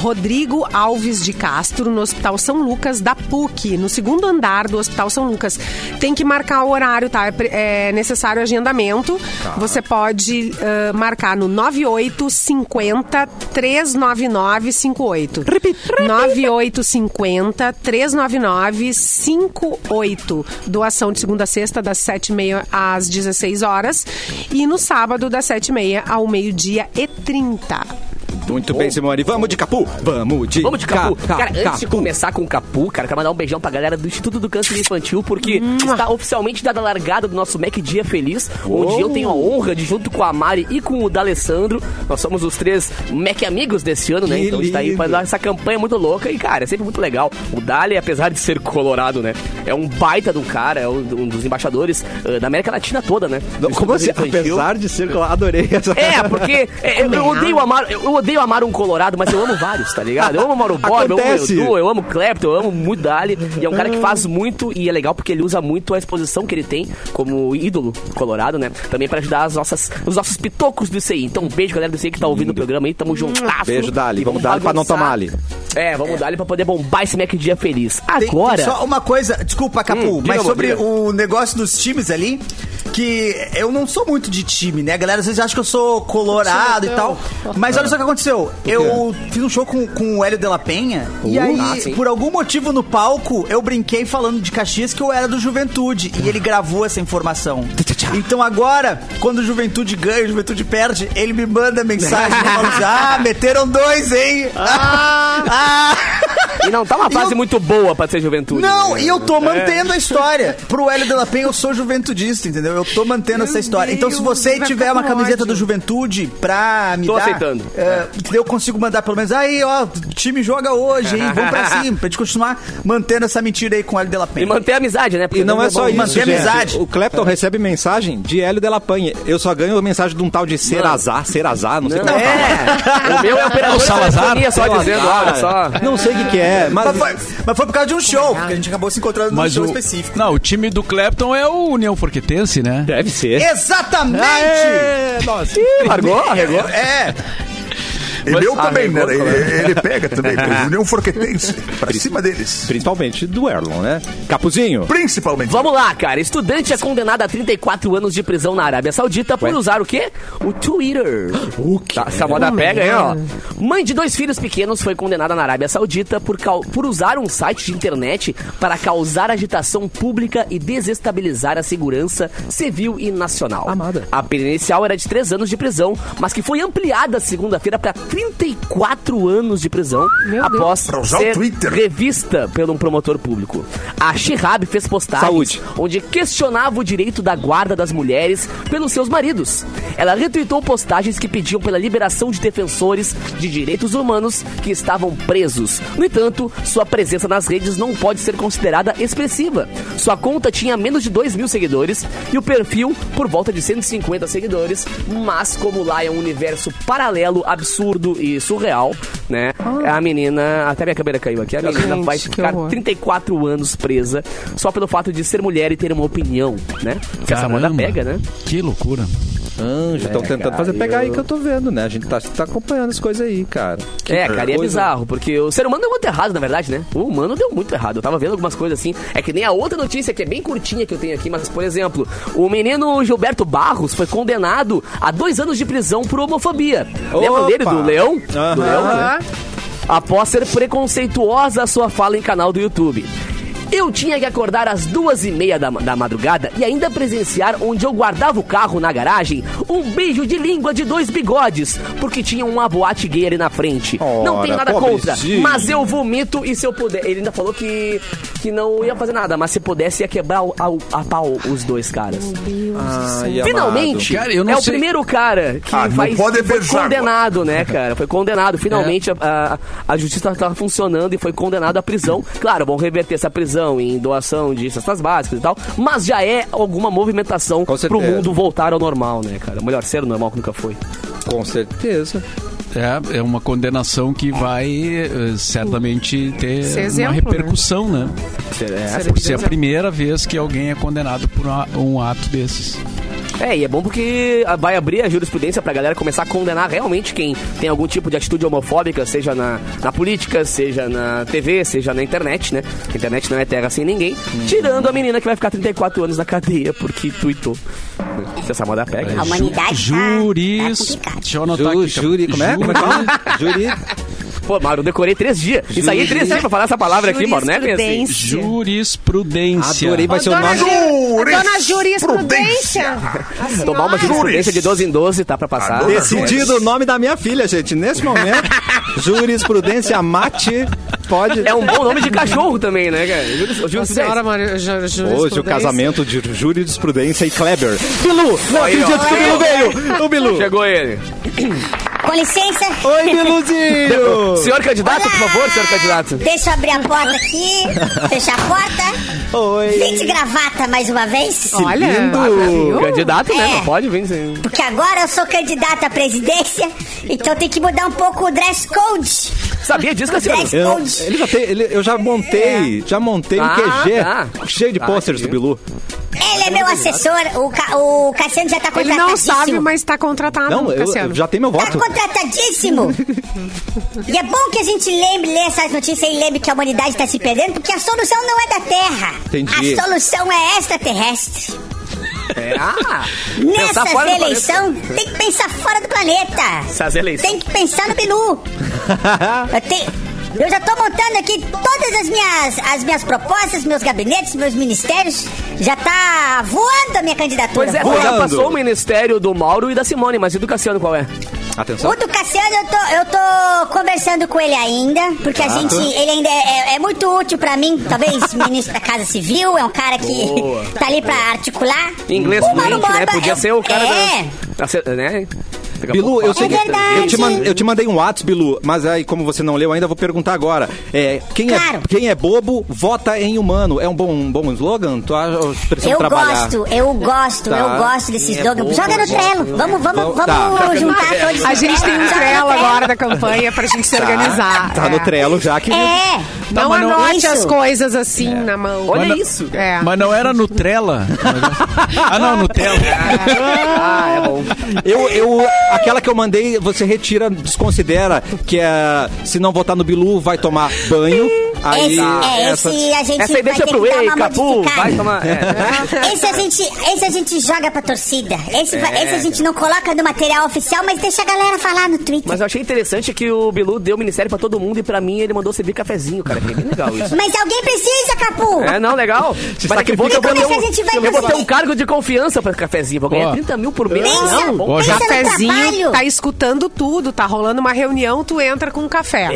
Speaker 3: Rodrigo Alves de Castro, no Hospital São Lucas da PUC, no segundo andar do Hospital São Lucas. Tem que marcar o horário, tá? É pre- É, necessário agendamento. Você pode ah, marcar no 9850 399 58. Repita. 9850 399 58. Doação de segunda a sexta, das 7h30 às 16 horas. E no sábado, das 7h30 ao meio-dia e 30.
Speaker 1: Muito bem, Simone. Vamos de capu. Vamos de
Speaker 6: Vamos de Capu.
Speaker 1: ca- ca-
Speaker 6: cara, antes de
Speaker 1: capu.
Speaker 6: começar com o Capu, cara, quero mandar um beijão pra galera do Instituto do Câncer Infantil, porque está oficialmente dada a largada do nosso Mac Dia Feliz, onde eu tenho a honra de, junto com a Mari e com o D'Alessandro, nós somos os três Mac amigos desse ano, né?
Speaker 1: Que
Speaker 6: então a gente tá aí
Speaker 1: lindo.
Speaker 6: pra dar essa campanha muito louca e, cara, é sempre muito legal. O Dali, apesar de ser colorado, né? É um baita de um cara, é um, um dos embaixadores ah, da América Latina toda, né?
Speaker 1: Não,
Speaker 6: Do
Speaker 1: Como assim?
Speaker 6: Instituto Infantil.
Speaker 1: Apesar de ser... Adorei essa...
Speaker 6: É, porque é, eu, eu odeio amar, eu odeio amar um colorado, mas eu amo vários, tá ligado? Eu amo o Mauro Borba, eu amo o
Speaker 1: Acontece.
Speaker 6: Edu, eu amo o Clapton, eu amo muito Dali. E é um cara que faz muito e é legal porque ele usa muito a exposição que ele tem como ídolo colorado, né? Também pra ajudar as nossas, os nossos pitocos do ICI. Então, um beijo, galera do ICI que tá ouvindo o programa aí. Tamo juntasso.
Speaker 1: Beijo, Dali.
Speaker 6: E
Speaker 1: Vamos Dali pra não
Speaker 6: bagunçar.
Speaker 1: tomar ali.
Speaker 6: É, vamos Dali pra poder bombar esse Mac Dia Feliz.
Speaker 2: Tem- tem
Speaker 6: Agora... Hum,
Speaker 2: só uma coisa, desculpa, Capu,
Speaker 6: diga,
Speaker 2: mas
Speaker 6: amor,
Speaker 2: sobre
Speaker 6: diga.
Speaker 2: o negócio dos times ali, que eu não sou muito de time, né? A galera às vezes acha que eu sou colorado e tal. Mas olha só o que aconteceu. Eu fiz um show com, com o Hélio de la Penha, e aí,
Speaker 6: ah, sim.
Speaker 2: por algum motivo no palco, eu brinquei falando de Caxias que eu era do Juventude. E ele gravou essa informação. Então agora, quando o Juventude ganha, o Juventude perde, ele me manda mensagem falando assim, ah, meteram dois, hein? ah.
Speaker 6: E não tá uma
Speaker 2: E
Speaker 6: fase
Speaker 2: eu-
Speaker 6: muito boa pra ser juventude.
Speaker 2: Não,
Speaker 6: né?
Speaker 2: e eu
Speaker 3: É.
Speaker 2: tô mantendo a história. Pro Hélio de la Penha, eu sou juventudista, entendeu? Eu tô mantendo essa história. então, se
Speaker 3: Deus,
Speaker 2: você
Speaker 3: vai
Speaker 2: tiver
Speaker 3: ficar
Speaker 2: uma
Speaker 3: com
Speaker 2: camiseta
Speaker 3: ódio.
Speaker 2: do Juventude pra me
Speaker 6: Tô
Speaker 2: dar...
Speaker 6: aceitando.
Speaker 2: é, entendeu? eu consigo mandar pelo menos... Aí, ó, time joga hoje, hein? Vamos pra cima, pra gente continuar mantendo essa mentira aí com o Hélio de la Penha.
Speaker 6: E manter a amizade, né? Porque
Speaker 1: E não é só
Speaker 6: bom
Speaker 1: isso,
Speaker 2: manter
Speaker 1: gente.
Speaker 2: amizade.
Speaker 1: O Clapton recebe mensagem de Hélio Delapanha. Eu só ganho mensagem de um tal de Serazá, Serazá, não sei
Speaker 6: Não,
Speaker 1: como é.
Speaker 6: é. O tá meu é operador de
Speaker 4: Salazar,
Speaker 6: telefonia, só
Speaker 1: Serazá.
Speaker 6: dizendo, "Ah, olha só.
Speaker 1: Não sei o que que é, mas...
Speaker 2: Mas foi, mas foi por causa de um
Speaker 3: é
Speaker 2: show, porque a gente acabou se encontrando num
Speaker 4: Mas
Speaker 2: show
Speaker 4: o,
Speaker 2: específico.
Speaker 4: não, o time do Clapton é o União Forquetense, né?
Speaker 1: Deve ser. É,
Speaker 2: Exatamente!
Speaker 1: Nossa.
Speaker 6: Largou, arregou.
Speaker 2: É,
Speaker 5: E meu
Speaker 6: Ah, é
Speaker 5: também, né? Ele, ele pega também. porque o União Forquetense. Pra cima deles.
Speaker 1: Principalmente do Erlon, né? Capuzinho.
Speaker 5: Principalmente.
Speaker 6: Vamos lá, cara. Estudante é condenado a 34 anos de prisão na Arábia Saudita por usar o quê? O Twitter. O quê? essa moda pega, hein, ó. Mãe de dois filhos pequenos foi condenada na Arábia Saudita por, cau- por usar um site de internet para causar agitação pública e desestabilizar a segurança civil e nacional. Amada. A pena inicial era de 3 anos de prisão, mas que foi ampliada segunda-feira para 34 anos de prisão
Speaker 3: Meu Deus.
Speaker 6: após
Speaker 5: Pra usar o
Speaker 6: ser
Speaker 5: Twitter.
Speaker 6: revista pelo um promotor público. A Shihab fez postagens
Speaker 1: Saúde.
Speaker 6: onde questionava o direito da guarda das mulheres pelos seus maridos. Ela retweetou postagens que pediam pela liberação de defensores de direitos humanos que estavam presos. No entanto, sua presença nas redes não pode ser considerada expressiva. Sua conta tinha menos de 2 mil seguidores e o perfil por volta de 150 seguidores, mas como lá é um universo paralelo, absurdo e surreal, né? A menina, até minha câmera caiu aqui, a menina
Speaker 3: Ah. Gente,
Speaker 6: vai
Speaker 3: que
Speaker 6: ficar
Speaker 3: horror.
Speaker 6: 34 anos presa só pelo fato de ser mulher e ter uma opinião, né? Que essa moda
Speaker 4: Caramba,
Speaker 6: pega, né?
Speaker 4: Que loucura.
Speaker 1: Anjo, estão tentando fazer pegar aí que eu tô vendo, né? A gente tá, tá acompanhando as coisas aí, cara.
Speaker 6: é, cara, e é
Speaker 1: coisa.
Speaker 6: bizarro, porque o ser humano deu muito errado, na verdade, né? O humano deu muito errado. Eu tava vendo algumas coisas assim. É que nem a outra notícia que é bem curtinha que eu tenho aqui, mas, por exemplo, o menino Gilberto Barros foi condenado a dois anos de prisão por homofobia. Lembra
Speaker 1: Opa!
Speaker 6: dele, do Leão? Do
Speaker 1: Aham.
Speaker 6: Leão, né? após ser preconceituosa a sua fala em canal do YouTube. Eu tinha que acordar às duas e meia da, da madrugada e ainda presenciar onde eu guardava o carro na garagem um beijo de língua de dois bigodes, porque tinha uma boate gay ali na frente. não
Speaker 1: Ora,
Speaker 6: tenho nada contra,
Speaker 1: pobrezinho.
Speaker 6: mas eu vomito e se eu puder. Ele ainda falou que, que não ia fazer nada, mas se pudesse ia quebrar o- a, a pau os dois caras.
Speaker 1: Ai, amado.
Speaker 6: Finalmente,
Speaker 4: Cara, eu não
Speaker 6: é o
Speaker 4: sei-
Speaker 6: primeiro cara que
Speaker 5: Ah, não
Speaker 6: faz,
Speaker 5: pode
Speaker 6: que foi
Speaker 5: beijar agora.
Speaker 6: condenado, né, cara? Foi
Speaker 4: É.
Speaker 6: tá condenado. Finalmente a, a, a justiça estava funcionando e foi condenado à prisão. Claro, vão reverter essa prisão arrecadação, em doação de cestas básicas e tal, mas já é alguma movimentação
Speaker 1: Com
Speaker 6: pro
Speaker 1: certeza.
Speaker 6: mundo voltar ao normal, né, cara? Melhor ser o normal que nunca foi.
Speaker 1: Com certeza.
Speaker 4: É, é uma condenação que vai eh, certamente ter
Speaker 3: Ser exemplo,
Speaker 4: uma repercussão, né?
Speaker 6: É,
Speaker 4: Por ser a primeira vez que alguém é condenado por uma- um ato desses.
Speaker 6: É, e é bom porque vai abrir a jurisprudência pra galera começar a condenar realmente quem tem algum tipo de atitude homofóbica, seja na, na política, seja na TV, seja na internet, né? Porque A internet não é terra sem ninguém. Tirando a menina que vai ficar 34 anos na cadeia porque tuitou. Se essa é moda pega.
Speaker 7: A humanidade
Speaker 4: Ju-
Speaker 7: tá-
Speaker 4: Juris.
Speaker 7: tá complicada.
Speaker 4: Deixa eu anotar
Speaker 1: Ju,
Speaker 4: aqui. tá-
Speaker 1: juri, como é? Como é que fala? Juri.
Speaker 6: Pô, Mauro, eu decorei três dias. Isso aí é três dias pra falar essa palavra aqui, Mauro, né? Assim.
Speaker 4: Jurisprudência.
Speaker 1: Adorei, vai ser o
Speaker 3: Dona,
Speaker 1: nome.
Speaker 3: Ju-
Speaker 5: Jurisprudência.
Speaker 3: Dona Jurisprudência. A
Speaker 6: Tomar
Speaker 3: senhora-
Speaker 6: uma jurisprudência de 12 em 12, tá? Pra passar.
Speaker 1: Ah,
Speaker 5: Adoro.
Speaker 1: Decidido o nome da minha filha, gente. Nesse momento, jurisprudência mate pode.
Speaker 6: É um bom nome de cachorro também, né, cara? Juris-
Speaker 3: A
Speaker 6: jurisprudência.
Speaker 3: senhora, Maria- ju-
Speaker 1: Hoje o
Speaker 3: jurisprudência.
Speaker 1: casamento de jurisprudência e Kleber. Bilu! Não
Speaker 6: Aí,
Speaker 1: acredito
Speaker 6: ó.
Speaker 1: que o Bilu veio! O Bilu!
Speaker 6: Chegou ele.
Speaker 7: Com licença.
Speaker 1: Oi, Biluzinho!
Speaker 6: Senhor candidato, por favor, senhor candidato.
Speaker 7: Deixa eu abrir a porta aqui. Fechar a porta. Vim
Speaker 1: Oi!
Speaker 7: de gravata mais uma vez.
Speaker 3: Olha,
Speaker 1: Lindo.
Speaker 3: viu?
Speaker 6: Candidato, né?
Speaker 7: É.
Speaker 6: Não pode vir sem.
Speaker 7: Porque agora eu sou candidata à presidência, então tem que mudar um pouco o dress code.
Speaker 6: Sabia disso, Cassiano?
Speaker 7: Dress
Speaker 1: Eu,
Speaker 7: code.
Speaker 1: ele já tem- ele- eu já montei, já montei um
Speaker 6: Ah,
Speaker 1: QG
Speaker 6: tá.
Speaker 1: cheio de
Speaker 6: Tá,
Speaker 1: posters do
Speaker 6: entendi.
Speaker 1: Bilu.
Speaker 7: Ele é meu assessor, o, Ca... o Cassiano já tá
Speaker 3: Ele
Speaker 7: contratadíssimo.
Speaker 3: não sabe, mas está contratado,
Speaker 1: Não, eu,
Speaker 3: Ah, Cassiano.
Speaker 1: eu já tenho meu
Speaker 7: Tá
Speaker 1: voto.
Speaker 7: contratadíssimo! e é bom que a gente lembre, lê essas notícias e lembre que a humanidade está se perdendo, porque a solução não é da Terra.
Speaker 1: Entendi.
Speaker 7: A solução é extraterrestre.
Speaker 6: É. Ah, pensar
Speaker 7: Nessas
Speaker 6: fora do
Speaker 7: eleições, tem que pensar fora do planeta.
Speaker 6: Essas eleições.
Speaker 7: Tem que pensar no Bilu. Eu, te- eu já tô montando aqui todas as minhas, as minhas propostas, meus gabinetes, meus ministérios. Já tá voando a minha candidatura.
Speaker 6: Pois é, mas já
Speaker 1: Voando.
Speaker 6: passou o ministério do Mauro e da Simone, mas e do Cassiano qual é?
Speaker 1: Atenção.
Speaker 7: O do Cassiano, eu tô, eu tô conversando com ele ainda, porque a gente. Ele ainda é, é- é muito útil pra mim, talvez ministro da Casa Civil, é um cara que
Speaker 6: Boa.
Speaker 7: tá ali pra articular.
Speaker 6: Inglês
Speaker 7: O Mauro
Speaker 6: fluente, né?
Speaker 7: Borba
Speaker 6: Podia
Speaker 7: é-
Speaker 6: ser o cara
Speaker 7: é.
Speaker 6: da... Ace- Né? Daqui a
Speaker 1: Bilu,
Speaker 6: pouco
Speaker 1: eu sei
Speaker 6: fala.
Speaker 1: que- é
Speaker 7: verdade.
Speaker 1: eu te, man- eu te mandei um WhatsApp, Bilu, mas aí, como você não leu ainda, eu vou perguntar agora. É, quem, é,
Speaker 7: Claro.
Speaker 1: quem é bobo, vota em humano. É um bom, um bom slogan? Tu acha ou precisa
Speaker 7: Eu
Speaker 1: trabalhar?
Speaker 7: gosto, eu gosto,
Speaker 1: Tá.
Speaker 7: eu gosto desses
Speaker 6: É
Speaker 7: dogmas.
Speaker 6: bom,
Speaker 7: Joga no
Speaker 6: gosto,
Speaker 7: Trello. Vamos, vamos,
Speaker 1: Tá.
Speaker 7: vamos
Speaker 1: Tá.
Speaker 7: juntar todos
Speaker 3: A
Speaker 7: os
Speaker 3: gente tem um
Speaker 7: Joga no
Speaker 3: trelo agora da campanha pra gente se organizar.
Speaker 1: Tá
Speaker 3: É.
Speaker 1: no trelo já que.
Speaker 7: É.
Speaker 3: Não
Speaker 4: Tá, mas não-
Speaker 3: anote
Speaker 7: Isso.
Speaker 3: as coisas assim na mão.
Speaker 6: Olha
Speaker 4: Mano-
Speaker 6: isso. cara.
Speaker 3: É.
Speaker 4: Mas não era Nutella? ah, não, Nutella.
Speaker 6: Ah, é bom.
Speaker 1: Eu, eu, aquela que eu mandei, você retira, desconsidera, que é se não votar no Bilu, vai tomar banho. Aí ah, tá,
Speaker 7: Esse, é,
Speaker 1: essa-
Speaker 7: esse a gente
Speaker 6: Essa aí
Speaker 7: vai
Speaker 6: deixa
Speaker 7: ter
Speaker 6: pro
Speaker 7: que dar
Speaker 6: Ei,
Speaker 7: uma
Speaker 6: Capu,
Speaker 7: modificada.
Speaker 6: vai tomar... É.
Speaker 7: Esse a gente, esse a gente joga pra torcida. Esse, va- esse a gente não coloca no material oficial, mas deixa a galera falar no Twitter.
Speaker 6: Mas eu achei interessante que o Bilu deu ministério pra todo mundo e pra mim ele mandou servir cafezinho, cara. Achei bem legal isso.
Speaker 7: Mas alguém precisa, Capu!
Speaker 6: É, não, legal. Mas daqui a pouco eu vou ter
Speaker 7: sacrifica. Como é que a gente vai
Speaker 6: um, eu vou ter um
Speaker 7: conseguir?
Speaker 6: cargo de confiança pra cafezinho. Vou ganhar
Speaker 4: Ó.
Speaker 6: 30 mil por mês.
Speaker 7: Pensa,
Speaker 6: Não, bom.
Speaker 4: Ó,
Speaker 7: pensa no
Speaker 3: Cafezinho,
Speaker 7: trabalho.
Speaker 3: tá escutando tudo, tá rolando uma reunião, tu entra com um café.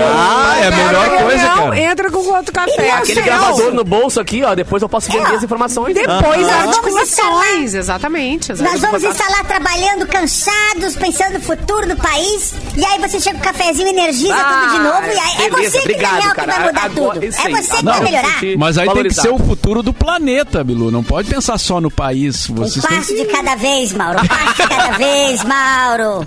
Speaker 1: Ah, é a melhor
Speaker 3: Reunião,
Speaker 1: coisa, cara.
Speaker 3: entra com outro café.
Speaker 6: Aquele
Speaker 3: Não.
Speaker 6: gravador no bolso aqui, ó. Depois eu posso vender as informações.
Speaker 3: Depois
Speaker 7: Nós vamos
Speaker 3: articulações, exatamente.
Speaker 7: Nós
Speaker 3: exatamente.
Speaker 7: vamos instalar trabalhando cansados, pensando no futuro do país. E aí você chega com o cafezinho, energiza
Speaker 6: Ah,
Speaker 7: tá tudo de novo. E aí é
Speaker 6: beleza,
Speaker 7: você que
Speaker 6: obrigado,
Speaker 7: vai ganhar o que
Speaker 6: cara.
Speaker 7: vai mudar
Speaker 6: Agora-
Speaker 7: tudo. É
Speaker 6: isso aí.
Speaker 7: você que
Speaker 6: Não,
Speaker 7: vai
Speaker 6: eu
Speaker 7: melhorar.
Speaker 6: senti-
Speaker 4: Mas aí
Speaker 6: Valorizar.
Speaker 4: tem que ser o futuro do planeta, Bilu. Não pode pensar só no país.
Speaker 7: Um
Speaker 4: Vocês têm
Speaker 7: passo
Speaker 4: que...
Speaker 7: de cada vez, Mauro. Um passo de cada vez, Mauro.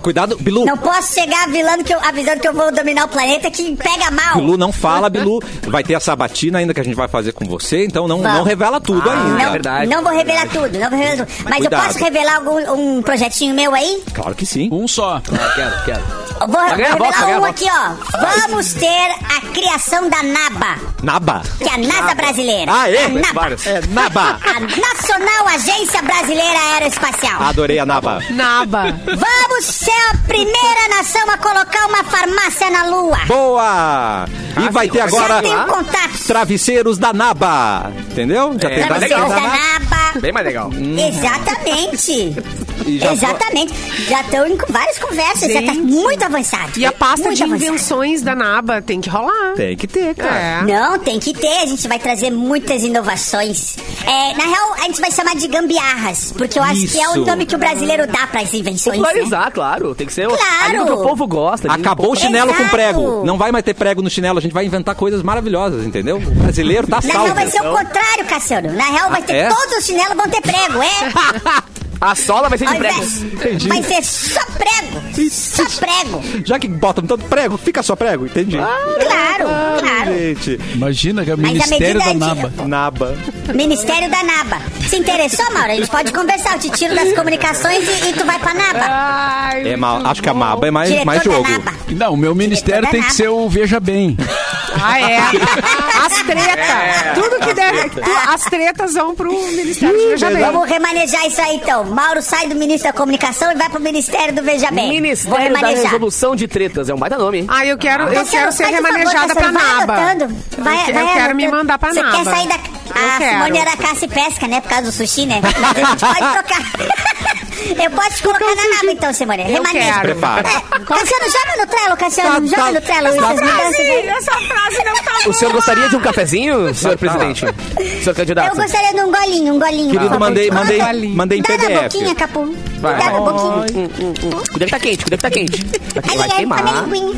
Speaker 1: Cuidado, Bilu.
Speaker 7: Não posso chegar avisando que, eu, avisando que eu vou dominar o planeta que pega mal.
Speaker 1: Bilu não fala, Bilu. Vai ter a sabatina ainda que a gente vai fazer com você, então não, não revela tudo ainda.
Speaker 7: Ah, Não,
Speaker 6: né? É verdade,
Speaker 7: não vou revelar tudo, não vou revelar tudo. Mas
Speaker 1: Cuidado.
Speaker 7: eu posso revelar algum, um projetinho meu aí?
Speaker 1: Claro que sim.
Speaker 4: Um só.
Speaker 6: Ah, quero, quero.
Speaker 7: Eu vou
Speaker 6: Paguei a
Speaker 7: revelar
Speaker 6: volta, paguei a
Speaker 7: um
Speaker 6: volta.
Speaker 7: aqui, ó. Vamos ter a criação da NABA,
Speaker 1: Naba.
Speaker 7: que é a NASA brasileira.
Speaker 1: Ah, é?
Speaker 7: A NABA.
Speaker 1: É Naba.
Speaker 7: A Nacional Agência Brasileira Aeroespacial.
Speaker 1: Adorei a Naba.
Speaker 3: Naba.
Speaker 7: Vamos ser a primeira nação a colocar uma farmácia na Lua.
Speaker 1: Boa!
Speaker 7: Ah,
Speaker 1: E vai ter
Speaker 7: Já um
Speaker 1: agora
Speaker 7: tenho contatos.
Speaker 1: travesseiros da Naba. Entendeu? Já
Speaker 6: É,
Speaker 1: tem
Speaker 6: mas
Speaker 7: Travesseiros
Speaker 6: legal.
Speaker 7: da NABA.
Speaker 6: Bem mais legal.
Speaker 7: Exatamente.
Speaker 1: hum. E já-
Speaker 7: Exatamente. Já estão em várias conversas, já tá
Speaker 3: Gente.
Speaker 7: muito avançado.
Speaker 3: E a pasta
Speaker 7: Muito
Speaker 3: de
Speaker 7: avançado.
Speaker 3: invenções da Naba tem que rolar.
Speaker 1: Tem que ter, cara.
Speaker 3: É.
Speaker 7: Não, tem que ter. A gente vai trazer muitas inovações. É, na real, a gente vai chamar de gambiarras, porque eu acho que é
Speaker 1: Isso.
Speaker 7: o nome que o brasileiro dá para as invenções. Né?
Speaker 6: Popularizar, claro. Tem que ser
Speaker 7: Claro.
Speaker 6: ali que o povo gosta. ali no
Speaker 1: Acabou o
Speaker 6: povo-
Speaker 1: chinelo com
Speaker 7: Exato.
Speaker 1: prego. Não vai mais ter prego no chinelo. A gente vai inventar coisas maravilhosas, entendeu? O brasileiro tá
Speaker 7: Na real
Speaker 1: salvo.
Speaker 7: vai ser o contrário, Cassiano. Na real vai ter
Speaker 1: é?
Speaker 7: todos os chinelos vão ter prego, é?
Speaker 6: A sola vai ser
Speaker 7: Ao
Speaker 6: de
Speaker 7: invés-
Speaker 6: pregos.
Speaker 7: Vai ser só prego. Só prego.
Speaker 1: Já que botam tanto prego, fica só prego, entendi.
Speaker 7: Ah. Claro, claro.
Speaker 1: Gente,
Speaker 4: Imagina que é o
Speaker 7: Mas a
Speaker 4: Ministério da
Speaker 7: medida
Speaker 4: Naba.
Speaker 1: naba.
Speaker 7: Ministério da Naba. Se interessou, Mauro? A gente pode conversar. Eu te tiro das comunicações e, e tu vai pra Naba.
Speaker 3: Ai,
Speaker 1: É mal,
Speaker 3: muito
Speaker 1: acho que a
Speaker 3: bom.
Speaker 1: maba é mais,
Speaker 7: Diretor
Speaker 1: mais
Speaker 7: da
Speaker 1: jogo.
Speaker 7: Naba.
Speaker 4: Não, o meu
Speaker 7: é
Speaker 4: ministério tem que ser o Veja Bem.
Speaker 3: Ah, é. As tretas. Tudo que der. tu- as tretas vão pro Ministério do Veja Bem.
Speaker 7: Vamos remanejar isso aí, então. Mauro sai do Ministro da Comunicação e vai pro Ministério do Veja Bem. Vou
Speaker 6: Ministério da
Speaker 7: remanejar.
Speaker 6: Resolução de Tretas. É um baita nome, hein?
Speaker 3: Ah, eu quero, eu
Speaker 7: Cassiano,
Speaker 3: quero ser
Speaker 7: faz um favor,
Speaker 3: remanejada pra
Speaker 7: Cassiano, vai
Speaker 3: Naba.
Speaker 7: anotando. Vai,
Speaker 3: eu, que-
Speaker 7: vai
Speaker 3: eu quero me
Speaker 7: anotando.
Speaker 3: mandar pra Naba.
Speaker 7: Você quer sair da...
Speaker 3: Eu
Speaker 7: A
Speaker 3: quero.
Speaker 7: Simone era caça e pesca, né? Por causa do sushi, né? Mas a gente pode trocar. Eu posso te colocar na Naba, então, Simone. Remaneja.
Speaker 3: quero.
Speaker 1: Prepara.
Speaker 7: É, Cassiano, joga no trelo, Cassiano.
Speaker 1: Tá,
Speaker 7: joga
Speaker 1: tá.
Speaker 7: no trelo. essas mudanças aí.
Speaker 3: essa frase não tá
Speaker 6: O senhor gostaria de um cafezinho, senhor presidente? Senhor
Speaker 7: Eu
Speaker 6: candidato?
Speaker 7: gostaria de um golinho, um golinho. por
Speaker 1: Querido,
Speaker 7: favor.
Speaker 1: mandei, mandei,
Speaker 3: Galinha.
Speaker 1: mandei em
Speaker 7: Dá na
Speaker 1: PDF.
Speaker 7: boquinha, Capu.
Speaker 6: Vai.
Speaker 7: Dá na boquinha.
Speaker 6: Cuidado que tá quente, cuidado que tá quente. Vai, vai
Speaker 7: Ai, ai,
Speaker 6: queimar.
Speaker 7: amendoim.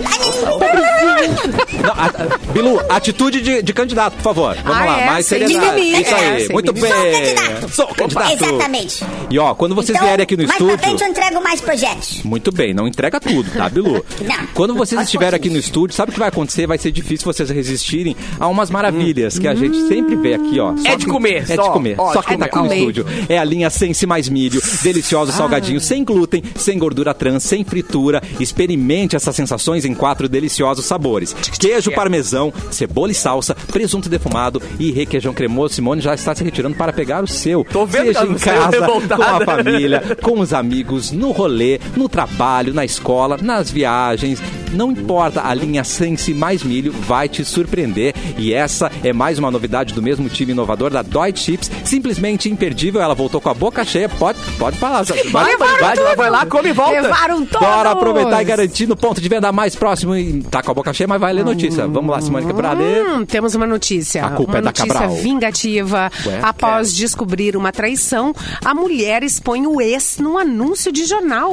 Speaker 7: Amendoim.
Speaker 1: Não, a- a- Bilu, atitude de, de candidato, por favor. Vamos
Speaker 3: Ah,
Speaker 1: lá,
Speaker 3: é?
Speaker 1: mais
Speaker 3: Sem
Speaker 1: seriedade.
Speaker 3: mimimi.
Speaker 1: Isso
Speaker 6: É,
Speaker 1: aí,
Speaker 6: sem
Speaker 1: muito
Speaker 6: mimimi.
Speaker 1: bem.
Speaker 7: Sou candidato.
Speaker 1: Sou candidato.
Speaker 7: Exatamente. Então,
Speaker 1: E ó, quando vocês vierem aqui no
Speaker 7: mais
Speaker 1: estúdio.
Speaker 7: pra frente eu entrego mais projetos.
Speaker 1: Muito bem, não entrega tudo, tá, Bilu?
Speaker 7: Não.
Speaker 1: Quando vocês
Speaker 7: Aos
Speaker 1: estiverem aqui no estúdio, sabe o que vai acontecer? Vai ser difícil vocês resistirem a umas maravilhas que a gente sempre vê aqui, ó. Só
Speaker 6: Hum. É de
Speaker 1: que-
Speaker 6: comer,
Speaker 1: É de
Speaker 6: só.
Speaker 1: comer,
Speaker 6: Ó,
Speaker 1: só
Speaker 6: de
Speaker 1: quem tá
Speaker 6: comer.
Speaker 1: aqui no
Speaker 3: Comer.
Speaker 1: estúdio. É a linha sem si mais milho,
Speaker 6: Ah.
Speaker 1: delicioso salgadinho, sem glúten, sem gordura trans, sem fritura. Experimente essas sensações em quatro deliciosos sabores. Queijo parmesão, cebola e salsa, presunto defumado e requeijão cremoso. Simone já está se retirando para pegar o seu.
Speaker 6: Tô vendo
Speaker 1: Seja
Speaker 6: que
Speaker 1: em
Speaker 6: ela saiu
Speaker 1: casa, com a
Speaker 6: revoltada.
Speaker 1: família, com os amigos, no rolê, no trabalho, na escola, nas viagens. Não importa, a linha Sense Mais Milho vai te surpreender. E essa é mais uma novidade do mesmo time inovador da Dói Chips. Simplesmente imperdível, ela voltou com a boca cheia. Pode, pode falar, Zé.
Speaker 6: Vai, vai, vai, vai, vai lá, come e volta.
Speaker 3: Levaram todos.
Speaker 1: Bora aproveitar e garantir no ponto de venda mais próximo. E tá com a boca cheia, mas vai ler notícia. Vamos lá, Simone é Cabral.
Speaker 3: Hum, temos uma notícia.
Speaker 1: A culpa
Speaker 3: uma
Speaker 1: é da
Speaker 3: notícia
Speaker 1: Cabral.
Speaker 3: vingativa.
Speaker 1: Ué,
Speaker 3: Após descobrir uma traição, a mulher expõe o ex num anúncio de jornal.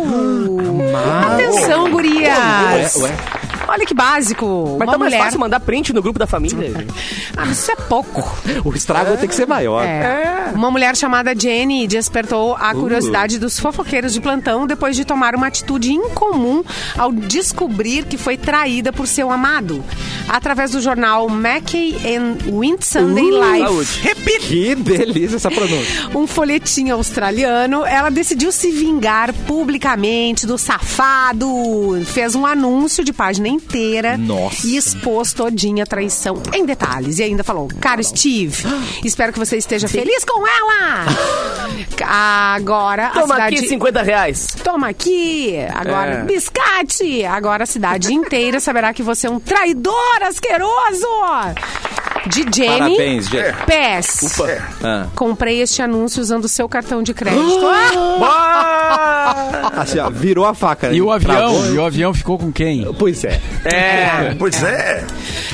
Speaker 3: Atenção, gurias!
Speaker 1: Ué, ué.
Speaker 3: Olha que básico.
Speaker 6: Mas
Speaker 3: uma
Speaker 6: tá mais
Speaker 3: mulher.
Speaker 6: fácil mandar print no grupo da família.
Speaker 3: Ah, isso é pouco.
Speaker 1: O estrago tem que ser maior.
Speaker 3: É. Uma mulher chamada Jenny despertou a curiosidade dos fofoqueiros de plantão depois de tomar uma atitude incomum ao descobrir que foi traída por seu amado. Através do jornal Mackey and Wind Sunday Life,
Speaker 6: Hum, Uh. Saúde.
Speaker 1: Que delícia essa pronúncia.
Speaker 3: um folhetim australiano, ela decidiu se vingar publicamente do safado. Fez um anúncio de página inteira
Speaker 1: Nossa.
Speaker 3: e expôs todinha a traição em detalhes. E ainda falou: Caro Steve, espero que você esteja feliz com ela! Agora
Speaker 6: Toma
Speaker 3: a
Speaker 6: aqui
Speaker 3: cidade.
Speaker 6: 50 reais.
Speaker 3: Toma aqui! Agora,
Speaker 6: É.
Speaker 3: biscate! Agora a cidade inteira saberá que você é um traidor asqueroso! De Jenny.
Speaker 1: Parabéns, Jenny.
Speaker 3: PS.
Speaker 5: É.
Speaker 1: Ah.
Speaker 3: Comprei este anúncio usando o seu cartão de crédito. Ah,
Speaker 1: Assim, ó, virou a faca. né?
Speaker 4: E o
Speaker 1: Travou.
Speaker 4: avião? E o avião ficou com quem?
Speaker 1: Pois é.
Speaker 6: É.
Speaker 5: Pois é.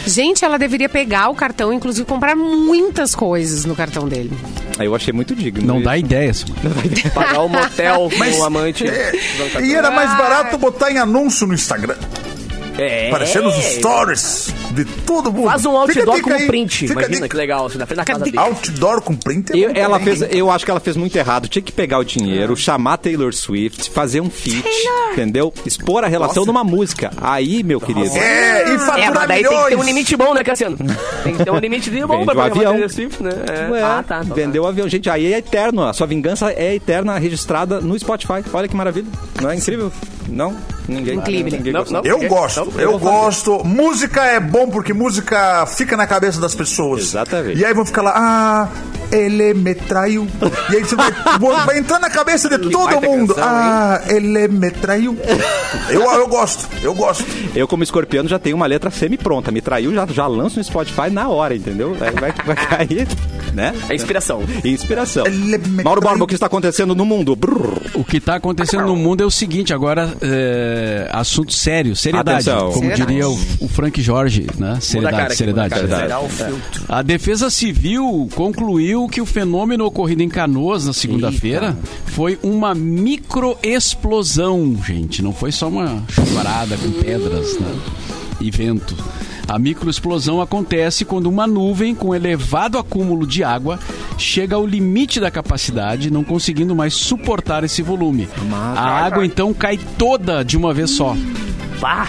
Speaker 3: gente, ela deveria pegar o cartão, inclusive comprar muitas coisas no cartão dele.
Speaker 1: Aí Ah, eu achei muito digno.
Speaker 4: Não
Speaker 1: E-
Speaker 4: dá ideia, Simone.
Speaker 6: Pagar o motel com o amante.
Speaker 5: É, E era mais barato botar em anúncio no Instagram.
Speaker 6: É.
Speaker 5: Aparecer nos stories de todo mundo.
Speaker 6: Faz um
Speaker 5: Fica a
Speaker 6: outdoor
Speaker 5: dica
Speaker 6: com
Speaker 5: aí,
Speaker 6: print.
Speaker 5: fica a
Speaker 6: Imagina
Speaker 5: dica.
Speaker 6: que legal. Assim, na frente da casa dele.
Speaker 5: Outdoor com print. é
Speaker 1: Eu,
Speaker 5: bom
Speaker 1: ela
Speaker 5: também,
Speaker 1: fez,
Speaker 5: hein?
Speaker 1: eu acho que ela fez muito errado. Tinha que pegar o dinheiro, chamar Taylor Swift, fazer um feat, entendeu? Expor a relação numa música. Aí,
Speaker 6: Tá
Speaker 1: meu querido.
Speaker 5: É, e
Speaker 6: É,
Speaker 5: faturar
Speaker 6: mas daí tem que ter um
Speaker 5: milhões.
Speaker 6: limite bom, né, Cassiano? Tem que ter um limite de bom
Speaker 1: Vende
Speaker 6: pra
Speaker 1: o avião.
Speaker 6: Taylor Swift, né? É.
Speaker 1: Ué,
Speaker 6: Ah, tá. tá, tá.
Speaker 1: vendeu o avião. Gente, aí é eterno. A sua vingança é eterna, registrada no Spotify. Olha que maravilha. Não é incrível? Não?
Speaker 6: Um
Speaker 1: Ninguém.
Speaker 3: Incrível.
Speaker 1: ninguém
Speaker 6: Não,
Speaker 1: gostou.
Speaker 6: não.
Speaker 5: Eu
Speaker 6: Ok.
Speaker 5: gosto,
Speaker 6: Então,
Speaker 5: eu
Speaker 6: vou fazer.
Speaker 5: gosto. Música é bom porque música fica na cabeça das pessoas.
Speaker 1: Exatamente.
Speaker 5: E aí vão ficar lá, ah, ele me traiu. E aí você vai, vai entrar na cabeça de todo
Speaker 6: baita
Speaker 5: mundo.
Speaker 6: canção,
Speaker 5: ah, ele me traiu. Eu, eu gosto, eu gosto.
Speaker 1: Eu, como escorpiano, já tenho uma letra semi-pronta. Me traiu, já, já lanço no Spotify na hora, entendeu? Aí vai, vai cair. né?
Speaker 6: Ah. É inspiração.
Speaker 1: Inspiração. Mauro Borba, o que está acontecendo no mundo? Brrr.
Speaker 4: O que está acontecendo no mundo é o seguinte, agora, é, assunto sério, seriedade.
Speaker 1: Atenção.
Speaker 4: Como
Speaker 3: Seriedade.
Speaker 4: diria o, o Frank Jorge, né?
Speaker 6: Muda a cara
Speaker 4: Seriedade,
Speaker 6: aqui, muda
Speaker 4: seriedade.
Speaker 6: a cara.
Speaker 4: seriedade.
Speaker 2: Tirar o filtro.
Speaker 4: A Defesa Civil concluiu que o fenômeno ocorrido em Canoas na segunda-feira foi uma microexplosão, gente. Não foi só uma chuvarada com pedras né? e vento. A microexplosão acontece quando uma nuvem com elevado acúmulo de água chega ao limite da capacidade, não conseguindo mais suportar esse volume. A água então cai toda de uma vez só.
Speaker 6: Pá!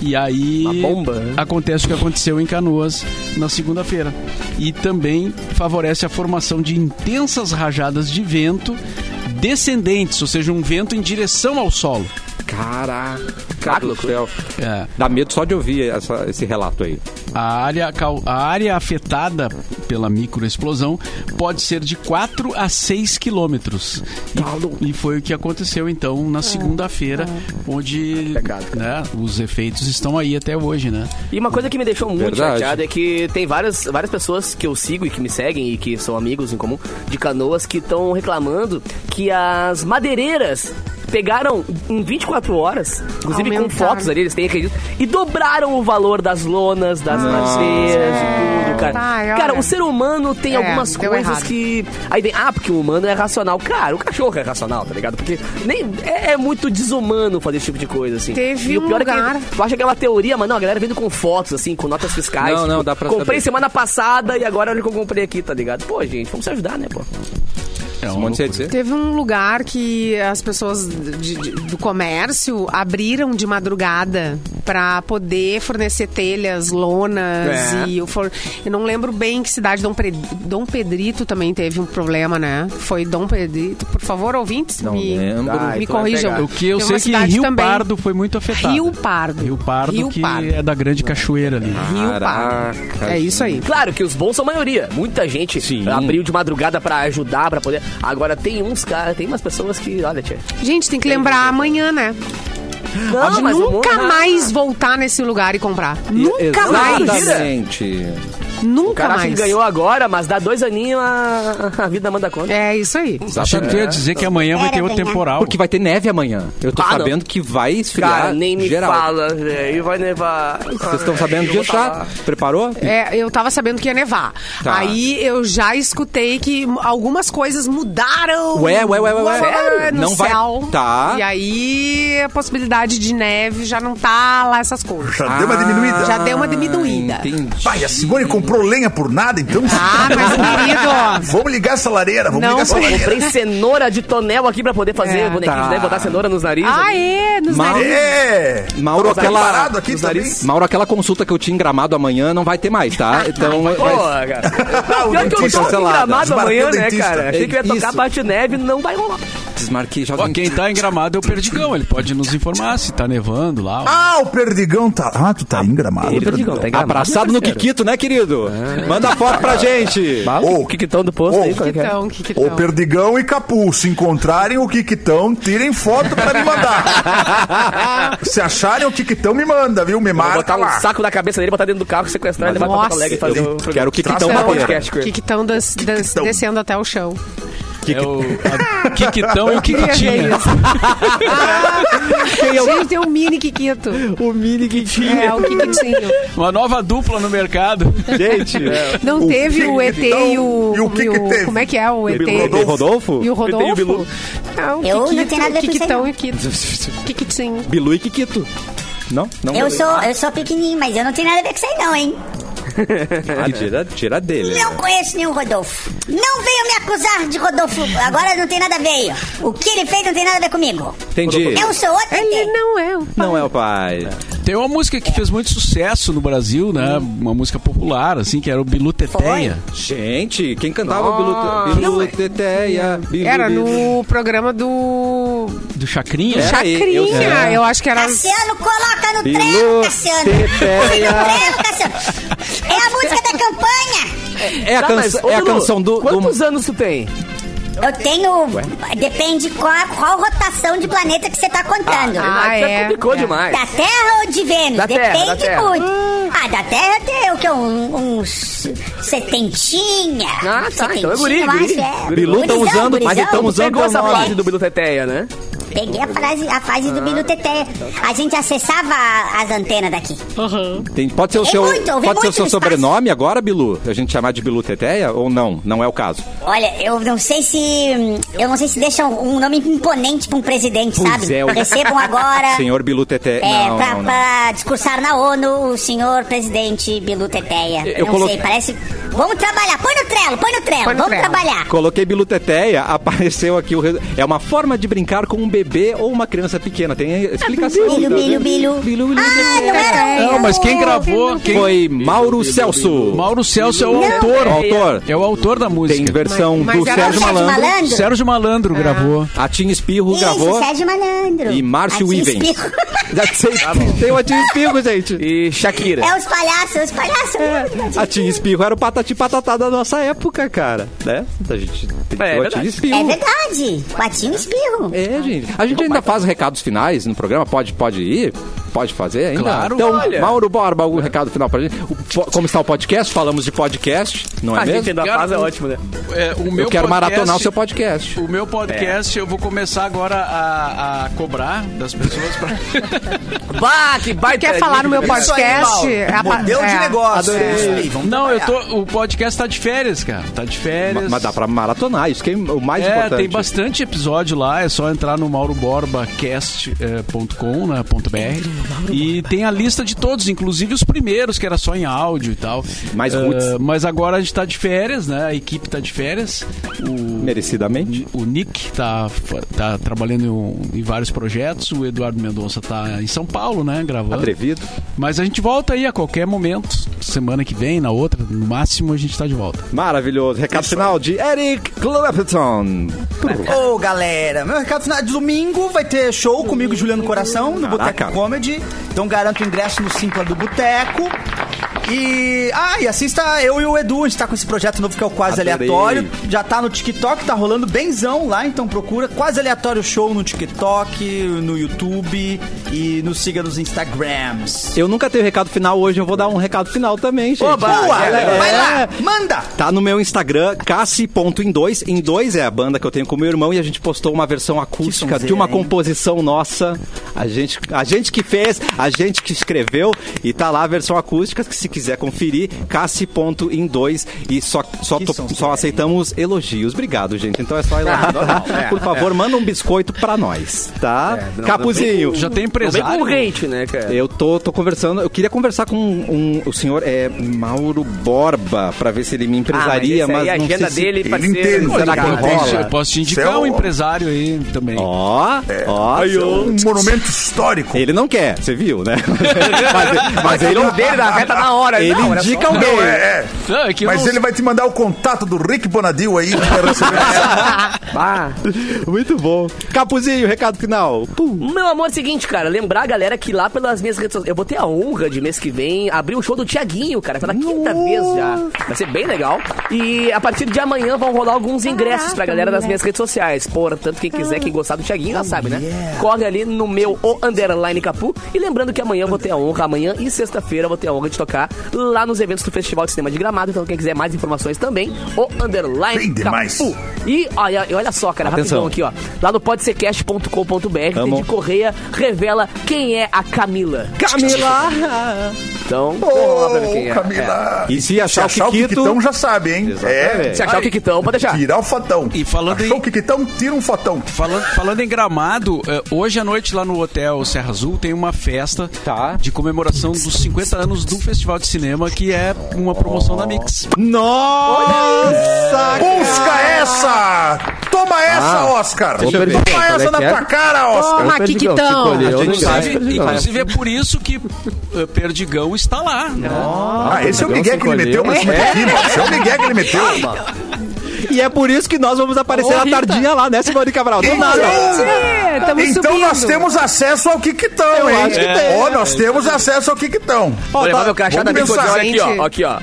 Speaker 4: E aí
Speaker 6: Uma bomba, né?
Speaker 4: acontece o que aconteceu em Canoas na segunda-feira. E também favorece a formação de intensas rajadas de vento descendentes, ou seja, um vento em direção ao solo.
Speaker 1: Caraca do céu.
Speaker 4: É,
Speaker 1: Dá medo só de ouvir essa- esse relato aí.
Speaker 4: a, área, cau- a área afetada pela microexplosão pode ser de 4 a 6 quilômetros. E- E, foi o que aconteceu então
Speaker 3: É,
Speaker 4: na segunda-feira, onde né, os efeitos estão aí até hoje, né?
Speaker 6: E uma coisa que me deixou muito
Speaker 1: Verdade.
Speaker 6: chateado é que tem várias, várias pessoas que eu sigo e que me seguem e que são amigos em comum de canoas que estão reclamando que as madeireiras pegaram em 24 horas, inclusive com
Speaker 3: Aumentaram.
Speaker 6: fotos ali, eles têm acredito, e dobraram o valor das lonas, das madeiras, de tudo, cara.
Speaker 3: Ai, É. Tá, olha.
Speaker 6: cara, o ser humano tem
Speaker 3: É,
Speaker 6: algumas
Speaker 3: deu
Speaker 6: coisas
Speaker 3: errado.
Speaker 6: que. Aí vem, ah, porque o humano é racional. Cara, o cachorro é racional, tá ligado? Porque nem, é, é muito desumano fazer esse tipo de coisa, assim.
Speaker 3: Teve
Speaker 6: e o
Speaker 3: um
Speaker 6: pior
Speaker 3: lugar-
Speaker 6: é que tu acha que é uma teoria, mas não, a galera vindo com fotos, assim, com notas fiscais.
Speaker 1: Não, não,
Speaker 6: Tipo,
Speaker 1: dá pra saber.
Speaker 6: Comprei semana passada e agora olha o que eu comprei aqui, tá ligado? Pô, gente, vamos se ajudar, né, pô?
Speaker 4: É
Speaker 1: Um
Speaker 4: uma
Speaker 1: monte de
Speaker 4: loucura.
Speaker 1: dizer.
Speaker 3: Teve um lugar que as pessoas de- de- do comércio abriram de madrugada pra poder fornecer telhas, lonas
Speaker 6: É.
Speaker 3: e o for... eu não lembro bem que cidade Dom, Pre- Dom Pedrito também teve um problema, né? Foi Dom Pedrito. Por favor, ouvintes,
Speaker 1: Não
Speaker 3: me,
Speaker 1: lembro.
Speaker 3: me
Speaker 6: Ah, então vai
Speaker 3: corrijam.
Speaker 6: pegar.
Speaker 4: O que eu
Speaker 3: Teve
Speaker 4: sei é
Speaker 3: uma
Speaker 4: que
Speaker 3: cidade
Speaker 4: Rio
Speaker 3: também-
Speaker 4: Pardo foi muito afetado.
Speaker 3: Rio Pardo.
Speaker 4: Rio Pardo,
Speaker 3: Rio
Speaker 4: que
Speaker 3: Pardo.
Speaker 4: é da Grande Cachoeira ali.
Speaker 1: Ah,
Speaker 3: Rio Pardo.
Speaker 1: Caraca,
Speaker 3: É isso aí.
Speaker 6: Claro que os bons são a maioria. Muita gente
Speaker 1: Sim.
Speaker 6: abriu de madrugada pra ajudar, pra poder. Agora tem uns caras, tem umas pessoas que, olha, tia.
Speaker 3: Gente, tem que lembrar amanhã, né?
Speaker 1: Ah,
Speaker 6: Não,
Speaker 3: De
Speaker 6: Ah, mas o
Speaker 3: nunca
Speaker 6: mundo-
Speaker 3: mais voltar nesse lugar e comprar. Nunca mais.
Speaker 1: Exatamente.
Speaker 6: O
Speaker 3: Nunca
Speaker 6: cara acha que
Speaker 3: mais.
Speaker 6: ganhou agora, mas dá dois aninhos a, a vida manda conta.
Speaker 3: É isso aí.
Speaker 4: Achei que tu ia dizer que amanhã vai ter outro temporal.
Speaker 1: Porque vai ter neve amanhã. Eu tô
Speaker 6: Ah, não.
Speaker 1: sabendo que vai esfriar
Speaker 6: Cara, nem me
Speaker 1: geral.
Speaker 6: fala, velho. Vai nevar.
Speaker 1: Vocês estão sabendo disso já? Preparou?
Speaker 3: É, eu tava sabendo que ia nevar.
Speaker 1: Tá.
Speaker 3: Aí eu já escutei que m- algumas coisas mudaram.
Speaker 1: Ué, ué, ué, ué, ué.
Speaker 3: Ué, No
Speaker 1: Não vai-
Speaker 3: céu.
Speaker 1: Tá.
Speaker 3: E aí a possibilidade de neve já não tá lá essas coisas.
Speaker 5: Já
Speaker 1: Ah.
Speaker 5: deu uma diminuída.
Speaker 3: Já deu uma diminuída.
Speaker 1: Entendi.
Speaker 5: Pai, a Simone comprou lenha por nada, então.
Speaker 3: Ah, mas querido.
Speaker 5: Vamos ligar essa lareira, vamos
Speaker 3: Não,
Speaker 5: ligar essa
Speaker 3: pô.
Speaker 5: lareira.
Speaker 6: assim, Comprei cenoura de tonel aqui pra poder fazer
Speaker 3: É.
Speaker 6: bonequinhos,
Speaker 1: Tá.
Speaker 6: né? Botar cenoura nos narizes.
Speaker 3: Ah, é, nos
Speaker 1: Mas-
Speaker 3: narizes.
Speaker 5: É!
Speaker 1: Mauro,
Speaker 5: Tá
Speaker 1: aquela-
Speaker 5: parado aqui
Speaker 1: Os
Speaker 5: também? Ah,
Speaker 1: Mauro, aquela consulta que eu tinha em Gramado amanhã não vai ter mais, tá? Então, vai-
Speaker 6: Pô, cara. Não, Pior que
Speaker 1: dentista
Speaker 6: eu tô aqui em
Speaker 1: selada.
Speaker 6: gramado
Speaker 5: Desmarcou
Speaker 6: amanhã,
Speaker 5: o
Speaker 6: né,
Speaker 5: dentista.
Speaker 6: cara? Achei que ia
Speaker 1: Isso.
Speaker 6: tocar bate-neve, não vai rolar.
Speaker 1: desmarquei já.
Speaker 4: Ó, quem tá em gramado é o Perdigão, ele pode nos informar se tá nevando lá.
Speaker 5: Ah, o Perdigão tá. Ah, tu tá engramado.
Speaker 6: Ele- Perdigão, tá em Gramado, Ah.
Speaker 1: Abraçado no
Speaker 6: meu parceiro.
Speaker 1: Kikito, né, querido? Manda foto pra gente.
Speaker 5: Ô,
Speaker 6: O que que tão do posto
Speaker 5: ô,
Speaker 6: aí? Qual é que é?
Speaker 3: Então, que que
Speaker 5: O
Speaker 3: tão?
Speaker 5: Perdigão e Capu, se encontrarem o Kikitão, tirem foto pra me mandar. se acharem o Kikitão, me manda, viu? Me
Speaker 6: Vou
Speaker 5: marca
Speaker 6: botar um
Speaker 5: lá.
Speaker 6: saco na cabeça dele, botar dentro do carro, sequestrar, levar pra Porto
Speaker 3: Nossa.
Speaker 6: Alegre e fazer
Speaker 1: Eu
Speaker 6: um programa.
Speaker 1: quero o Kikitão
Speaker 6: Traçar um
Speaker 1: Madeira.
Speaker 6: podcast com ele.
Speaker 3: Que estão descendo até o chão.
Speaker 4: É o a- Kikitão e o
Speaker 3: Queria ver
Speaker 4: Kikitinha.
Speaker 3: isso. Gente, tem um mini Kikito.
Speaker 4: O mini Kikitinha.
Speaker 3: É, o Kikitinho.
Speaker 4: Uma nova dupla no mercado.
Speaker 1: Gente,
Speaker 3: Não
Speaker 5: O
Speaker 3: teve
Speaker 5: que-
Speaker 3: o ET e o.
Speaker 5: e o que que teve?
Speaker 3: Como é que é o ET?
Speaker 1: Rodolfo. Rodolfo?
Speaker 3: E o Rodolfo?
Speaker 6: E o Bilu.
Speaker 3: Não,
Speaker 7: Eu não
Speaker 3: Kikito,
Speaker 7: tenho nada a ver com isso aí,
Speaker 3: Kikitão
Speaker 7: não.
Speaker 3: e Kito. Kikitinho.
Speaker 1: Bilu e Kikito. Não? Não. é.
Speaker 7: Eu sou, eu sou pequenininho, mas eu não tenho nada a ver com isso aí não, hein?
Speaker 1: Ah, tira, tira dele.
Speaker 7: Não conheço nenhum Rodolfo. Não venham me acusar de Rodolfo. Agora não tem nada a ver. aí. O que ele fez não tem nada a ver comigo.
Speaker 1: Entendi.
Speaker 7: Eu sou outro.
Speaker 3: Ele
Speaker 7: ET.
Speaker 3: não é. o-
Speaker 1: Não é o pai.
Speaker 4: Tem uma música que fez muito sucesso no Brasil, né? Uma música popular, assim, que era o Bilu Teteia.
Speaker 1: Gente, quem cantava
Speaker 7: Ah.
Speaker 1: o Bilu,
Speaker 7: é.
Speaker 1: Bilu Teteia? Bilu,
Speaker 3: Era
Speaker 1: Bilu.
Speaker 3: no programa do
Speaker 4: Do Chacrinha.
Speaker 1: É. Era ele, eu sei.
Speaker 3: Chacrinha. Eu acho que era.
Speaker 7: Cassiano, coloca no
Speaker 1: Bilu,
Speaker 7: trevo, Cassiano. Põe
Speaker 1: Teteia.
Speaker 7: no trevo, Cassiano. É a música da campanha.
Speaker 1: É a,
Speaker 6: Tá, mas,
Speaker 1: canção,
Speaker 6: ô,
Speaker 1: é a
Speaker 6: Dudu,
Speaker 1: canção do. do-
Speaker 6: Quantos anos tu tem?
Speaker 7: Eu tenho. Depende qual, qual rotação de planeta que você tá contando.
Speaker 6: Ah, já
Speaker 3: é,
Speaker 6: complicou
Speaker 3: é.
Speaker 6: demais.
Speaker 1: Tá
Speaker 7: Da Terra ou de Vênus?
Speaker 6: Da Terra,
Speaker 7: Depende
Speaker 6: da Terra.
Speaker 7: muito. Ah, da Terra tem o que? Um, uns setentinha. Um
Speaker 6: Ah, tá, então é guri,
Speaker 7: setentinha, eu
Speaker 6: guri.
Speaker 7: acho, é.
Speaker 6: Guri.
Speaker 1: Bilu tá
Speaker 7: Gurizão,
Speaker 1: usando, mas
Speaker 7: gurizão.
Speaker 1: estão usando
Speaker 6: Pegou
Speaker 1: teu
Speaker 6: essa
Speaker 1: nome.
Speaker 6: fase do Bilu Teteia, né?
Speaker 7: Peguei a fase, a fase do Bilu Teteia. A gente acessava a- as antenas daqui.
Speaker 1: Tem- pode ser o
Speaker 7: Ouvi
Speaker 1: seu,
Speaker 7: É muito, ouvi
Speaker 1: pode ser o
Speaker 7: muito
Speaker 1: seu
Speaker 7: no
Speaker 1: sobrenome agora, Bilu? A gente chamar de Bilu Teteia ou não? Não é o caso.
Speaker 7: Olha, eu não sei se. hum, Eu não sei se deixa um um nome imponente pra um presidente,
Speaker 1: Pois
Speaker 7: sabe?
Speaker 1: é, o-
Speaker 7: Recebam agora.
Speaker 1: Senhor Bilu Teteia.
Speaker 7: É,
Speaker 1: não,
Speaker 7: pra,
Speaker 1: não, não.
Speaker 7: pra discursar na ONU, o senhor presidente Bilu Teteia.
Speaker 1: Eu
Speaker 7: não
Speaker 1: colo-
Speaker 7: sei, parece. Vamos trabalhar, põe no trelo, põe no trelo,
Speaker 3: Põe no
Speaker 7: vamos
Speaker 3: trelo.
Speaker 7: trabalhar.
Speaker 1: Coloquei Bilu Teteia, apareceu aqui o. resu- É uma forma de brincar com um bebê ou uma criança pequena. Tem explicação.
Speaker 7: Bilu, Bilu, Bilu. Ah, não era.
Speaker 4: Não, mas quem gravou? Quem...
Speaker 1: Foi Mauro Celso.
Speaker 4: Mauro Celso é o
Speaker 1: O
Speaker 4: autor.
Speaker 1: autor.
Speaker 4: É o autor da
Speaker 1: Tem
Speaker 4: música.
Speaker 1: versão
Speaker 3: Mas-
Speaker 1: do
Speaker 3: mas era
Speaker 1: Sérgio
Speaker 7: Sérgio
Speaker 1: Malandro.
Speaker 7: Malandro.
Speaker 4: Sérgio Malandro
Speaker 1: Ah.
Speaker 4: gravou.
Speaker 1: A Tim Espirro
Speaker 7: Isso,
Speaker 1: gravou.
Speaker 7: Sérgio Malandro.
Speaker 1: E Márcio
Speaker 7: Assim,
Speaker 1: Ivens.
Speaker 7: espirro.
Speaker 1: Já sei- Tem o Atinho Espirro, gente.
Speaker 6: Tá E Shakira.
Speaker 7: É os palhaços, os palhaços.
Speaker 1: A Atinho Espirro era o patati patatá da nossa época, cara. Né? A gente tem
Speaker 6: É, é
Speaker 1: o Atinho
Speaker 6: verdade.
Speaker 7: É
Speaker 1: Espirro.
Speaker 7: verdade. Patinho espirro.
Speaker 1: É, gente. A gente ainda faz recados finais no programa? Pode, pode ir? Pode fazer ainda?
Speaker 4: Claro.
Speaker 1: Então,
Speaker 6: Olha.
Speaker 1: Mauro Borba, algum recado final pra gente? O po- como está o podcast? Falamos de podcast, não é
Speaker 6: A gente
Speaker 1: mesmo?
Speaker 6: da
Speaker 4: Cara,
Speaker 6: fase é
Speaker 4: o-
Speaker 6: ótimo, né?
Speaker 4: É,
Speaker 1: Eu
Speaker 4: o meu
Speaker 1: quero
Speaker 4: podcast-
Speaker 1: maratonar o seu podcast.
Speaker 4: O meu podcast eu vou começar agora a, a cobrar das pessoas pra.
Speaker 6: Bah, que baita.
Speaker 3: Quer falar no meu
Speaker 2: Isso aí,
Speaker 3: podcast?
Speaker 2: Paulo.
Speaker 3: a pa-
Speaker 2: Modelo de
Speaker 3: é.
Speaker 2: negócio. Isso aí, vamos
Speaker 4: Não, eu
Speaker 2: trabalhar.
Speaker 4: tô. O podcast tá de férias, cara. Tá de férias.
Speaker 1: Mas dá pra maratonar, isso que é o mais
Speaker 4: é,
Speaker 1: importante.
Speaker 4: tem bastante episódio lá, é só entrar no mauroborbacast.com, né, ponto .br, e tem a lista de todos, inclusive os primeiros, que era só em áudio e tal.
Speaker 1: Mais
Speaker 4: Eh,
Speaker 1: roots.
Speaker 4: mas agora a gente tá de férias, né, a equipe tá de férias, o,
Speaker 1: Merecidamente.
Speaker 4: o Nick tá, tá trabalhando em, um- em vários projetos, o Eduardo Mendonça tá em São Paulo, né, gravando.
Speaker 1: Atrevido.
Speaker 4: Mas a gente volta aí a qualquer momento, semana que vem, na outra, no máximo a gente tá de volta.
Speaker 1: Maravilhoso. Recado final de Eric Clapton.
Speaker 2: Ô, galera, meu recado final. é Domingo vai ter show comigo e Juliano Coração no
Speaker 1: Caraca.
Speaker 2: Boteco Comedy. Então garanto o ingresso no Simpla do Boteco. E. Ah, e assista eu e o Edu. A gente tá com esse projeto novo que é o Quase
Speaker 1: Adorei.
Speaker 2: Aleatório. Já tá no TikTok, tá rolando benzão lá, então procura Quase Aleatório Show no TikTok, no YouTube e nos siga nos Instagrams.
Speaker 1: Eu nunca tenho recado final hoje, eu vou dar um recado final também, gente.
Speaker 2: Boa!
Speaker 1: É.
Speaker 2: Vai lá! Manda!
Speaker 1: Tá no meu Instagram, cassi.em2. Em 2 é a banda que eu tenho com meu irmão e a gente postou uma versão acústica
Speaker 2: sonzeira,
Speaker 1: de uma
Speaker 2: hein?
Speaker 1: composição nossa. A gente, a gente que fez, a gente que escreveu e tá lá a versão acústica, que se quiser conferir, cassi.em2 e só, só,
Speaker 2: Que
Speaker 1: to-
Speaker 2: sonzeira,
Speaker 1: só aceitamos elogios. Obrigado, gente. Então é só ir lá. tá? Por
Speaker 2: É.
Speaker 1: favor, manda um biscoito pra nós, tá? Capuzinho.
Speaker 4: Já tem
Speaker 6: Não vem
Speaker 4: empresário.
Speaker 6: com hate, né, cara?
Speaker 1: É, Eu tô, tô conversando, eu queria conversar com um, um- o senhor é Mauro Borba pra ver se ele me empresaria,
Speaker 6: Ah, mas esse
Speaker 1: mas,
Speaker 6: aí, a
Speaker 1: não
Speaker 6: agenda
Speaker 1: sei
Speaker 6: dele,
Speaker 1: se...
Speaker 6: parceiro.
Speaker 5: entende,
Speaker 6: Olha,
Speaker 1: será que
Speaker 6: cara,
Speaker 4: Eu posso-
Speaker 1: rola?
Speaker 4: eu posso te indicar
Speaker 5: Seu-
Speaker 4: um empresário aí também.
Speaker 1: Ó, ó,
Speaker 5: Aí, ó, um monumento histórico.
Speaker 1: ele não quer, você viu, né? mas, mas ele,
Speaker 6: O dele da reta na hora.
Speaker 1: ele
Speaker 6: não, olha só.
Speaker 1: indica alguém.
Speaker 5: Não, é, é.
Speaker 4: Não, é que eu
Speaker 5: Mas
Speaker 4: não-
Speaker 5: ele vai te mandar o contato do Rick Bonadil aí. é pra receber essa-
Speaker 6: Bah.
Speaker 1: Muito bom. Capuzinho, recado final. Pum.
Speaker 6: Meu amor, é seguinte, cara, lembrar a galera que lá pelas minhas redes sociais. Eu vou ter a honra de mês que vem abrir o show do Tiaguinho, cara, pela quinta vez já. Vai ser bem legal. E a partir de amanhã vão rolar alguns ingressos pra galera das minhas redes sociais. Portanto, quem quiser, quem gostar do Tiaguinho, já sabe, né? Corre ali no meu O Underline Capu. E lembrando que amanhã eu vou ter a honra, amanhã e sexta-feira eu vou ter a honra de tocar lá nos eventos do Festival de Cinema de Gramado. Então, quem quiser mais informações também, O Underline
Speaker 5: Bem demais.
Speaker 6: Capu. E olha, e olha só, cara,
Speaker 1: Atenção.
Speaker 6: rapidão aqui, ó. Lá no podsequest.com.br
Speaker 1: Amo.
Speaker 6: Teddy Correia revela quem é a Camila.
Speaker 1: Camila!
Speaker 6: Então, vamos lá pra ver quem
Speaker 5: Ô,
Speaker 6: é.
Speaker 5: Camila.
Speaker 1: E se achar o
Speaker 5: o Kikitão,
Speaker 1: Kikito...
Speaker 5: já sabe, hein?
Speaker 1: Exatamente.
Speaker 6: É.
Speaker 5: É.
Speaker 6: Se achar o Kikitão, pode deixar.
Speaker 5: Tirar o fotão.
Speaker 4: E falando
Speaker 5: Achou
Speaker 4: em-
Speaker 5: o Kikitão? Tira um fotão.
Speaker 4: Falando, falando em gramado, eh, hoje à noite lá no Hotel Serra Azul tem uma festa
Speaker 1: Tá.
Speaker 4: de comemoração dos 50 anos do Festival de Cinema, que é uma promoção da Mix.
Speaker 1: Nossa!
Speaker 5: Busca essa! Toma essa,
Speaker 1: Ah.
Speaker 5: Oscar!
Speaker 1: Deixa eu ver. Qual
Speaker 5: Toma
Speaker 1: é
Speaker 5: essa na
Speaker 1: que é?
Speaker 5: tua cara, Oscar!
Speaker 3: Toma, Kikitão.
Speaker 1: Eu não
Speaker 4: Inclusive,
Speaker 1: sei.
Speaker 4: inclusive é por isso que eh, Perdigão está lá. né?
Speaker 5: é Ah, esse é o Miguel que ele meteu, mas esse é o Miguel que ele meteu.
Speaker 1: E é por isso que nós vamos aparecer
Speaker 3: Ô,
Speaker 1: na
Speaker 3: Rita.
Speaker 1: tardinha lá, né, Simone Cabral? Do nada.
Speaker 3: Gente, tamo
Speaker 5: então
Speaker 3: subindo.
Speaker 5: nós temos acesso ao que que
Speaker 1: Eu
Speaker 5: tão, hein?
Speaker 1: acho que tem. né?
Speaker 5: Ó, nós temos acesso ao que que tão.
Speaker 6: Vou levar meu crachá da
Speaker 5: vamos
Speaker 6: Bicodes.
Speaker 5: pensar.
Speaker 6: Aqui, ó. Aqui, ó.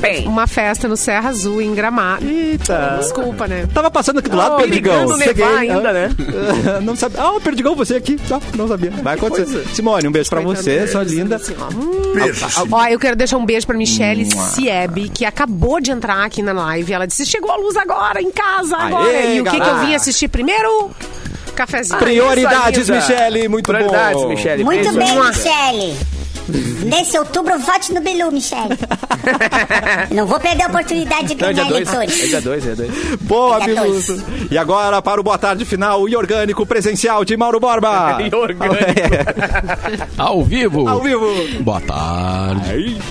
Speaker 6: Bem.
Speaker 3: uma festa no Serra Azul, em Gramado.
Speaker 1: Eita.
Speaker 3: Desculpa, né?
Speaker 1: Tava passando aqui do lado,
Speaker 6: Tô
Speaker 1: Perdigão.
Speaker 6: ligando nevar ainda, né?
Speaker 1: Não sabia. Ah, Perdigão, você aqui. Ah, não sabia. Vai acontecer. Simone, um beijo pra você, sua linda.
Speaker 3: Assim, ó.
Speaker 5: Beijo.
Speaker 3: Ó, eu quero deixar um beijo pra Michelle Sieb, que acabou de entrar aqui na live. Ela disse: chegou a luz agora, em casa, agora. e o que, que
Speaker 1: galera.
Speaker 3: eu vim assistir primeiro? Cafezinho.
Speaker 1: Prioridades,
Speaker 6: Isso, Isa.
Speaker 1: Michele. Muito
Speaker 6: Prioridades,
Speaker 1: bom.
Speaker 6: Michele.
Speaker 7: Muito
Speaker 6: Beijo.
Speaker 7: bem, Michele. Nesse outubro, vote no Bilu, Michele. Não vou perder a oportunidade de
Speaker 1: é
Speaker 6: Não,
Speaker 7: ganhar
Speaker 6: dia 2.
Speaker 7: eleitores.
Speaker 6: Dia 2, dia 2.
Speaker 1: Boa,
Speaker 7: Fica
Speaker 1: Bilu.
Speaker 7: dois.
Speaker 1: E agora, para o Boa Tarde Final, e orgânico presencial de Mauro Borba. É.
Speaker 6: E orgânico.
Speaker 4: Ao vivo.
Speaker 1: Ao vivo.
Speaker 4: Boa tarde.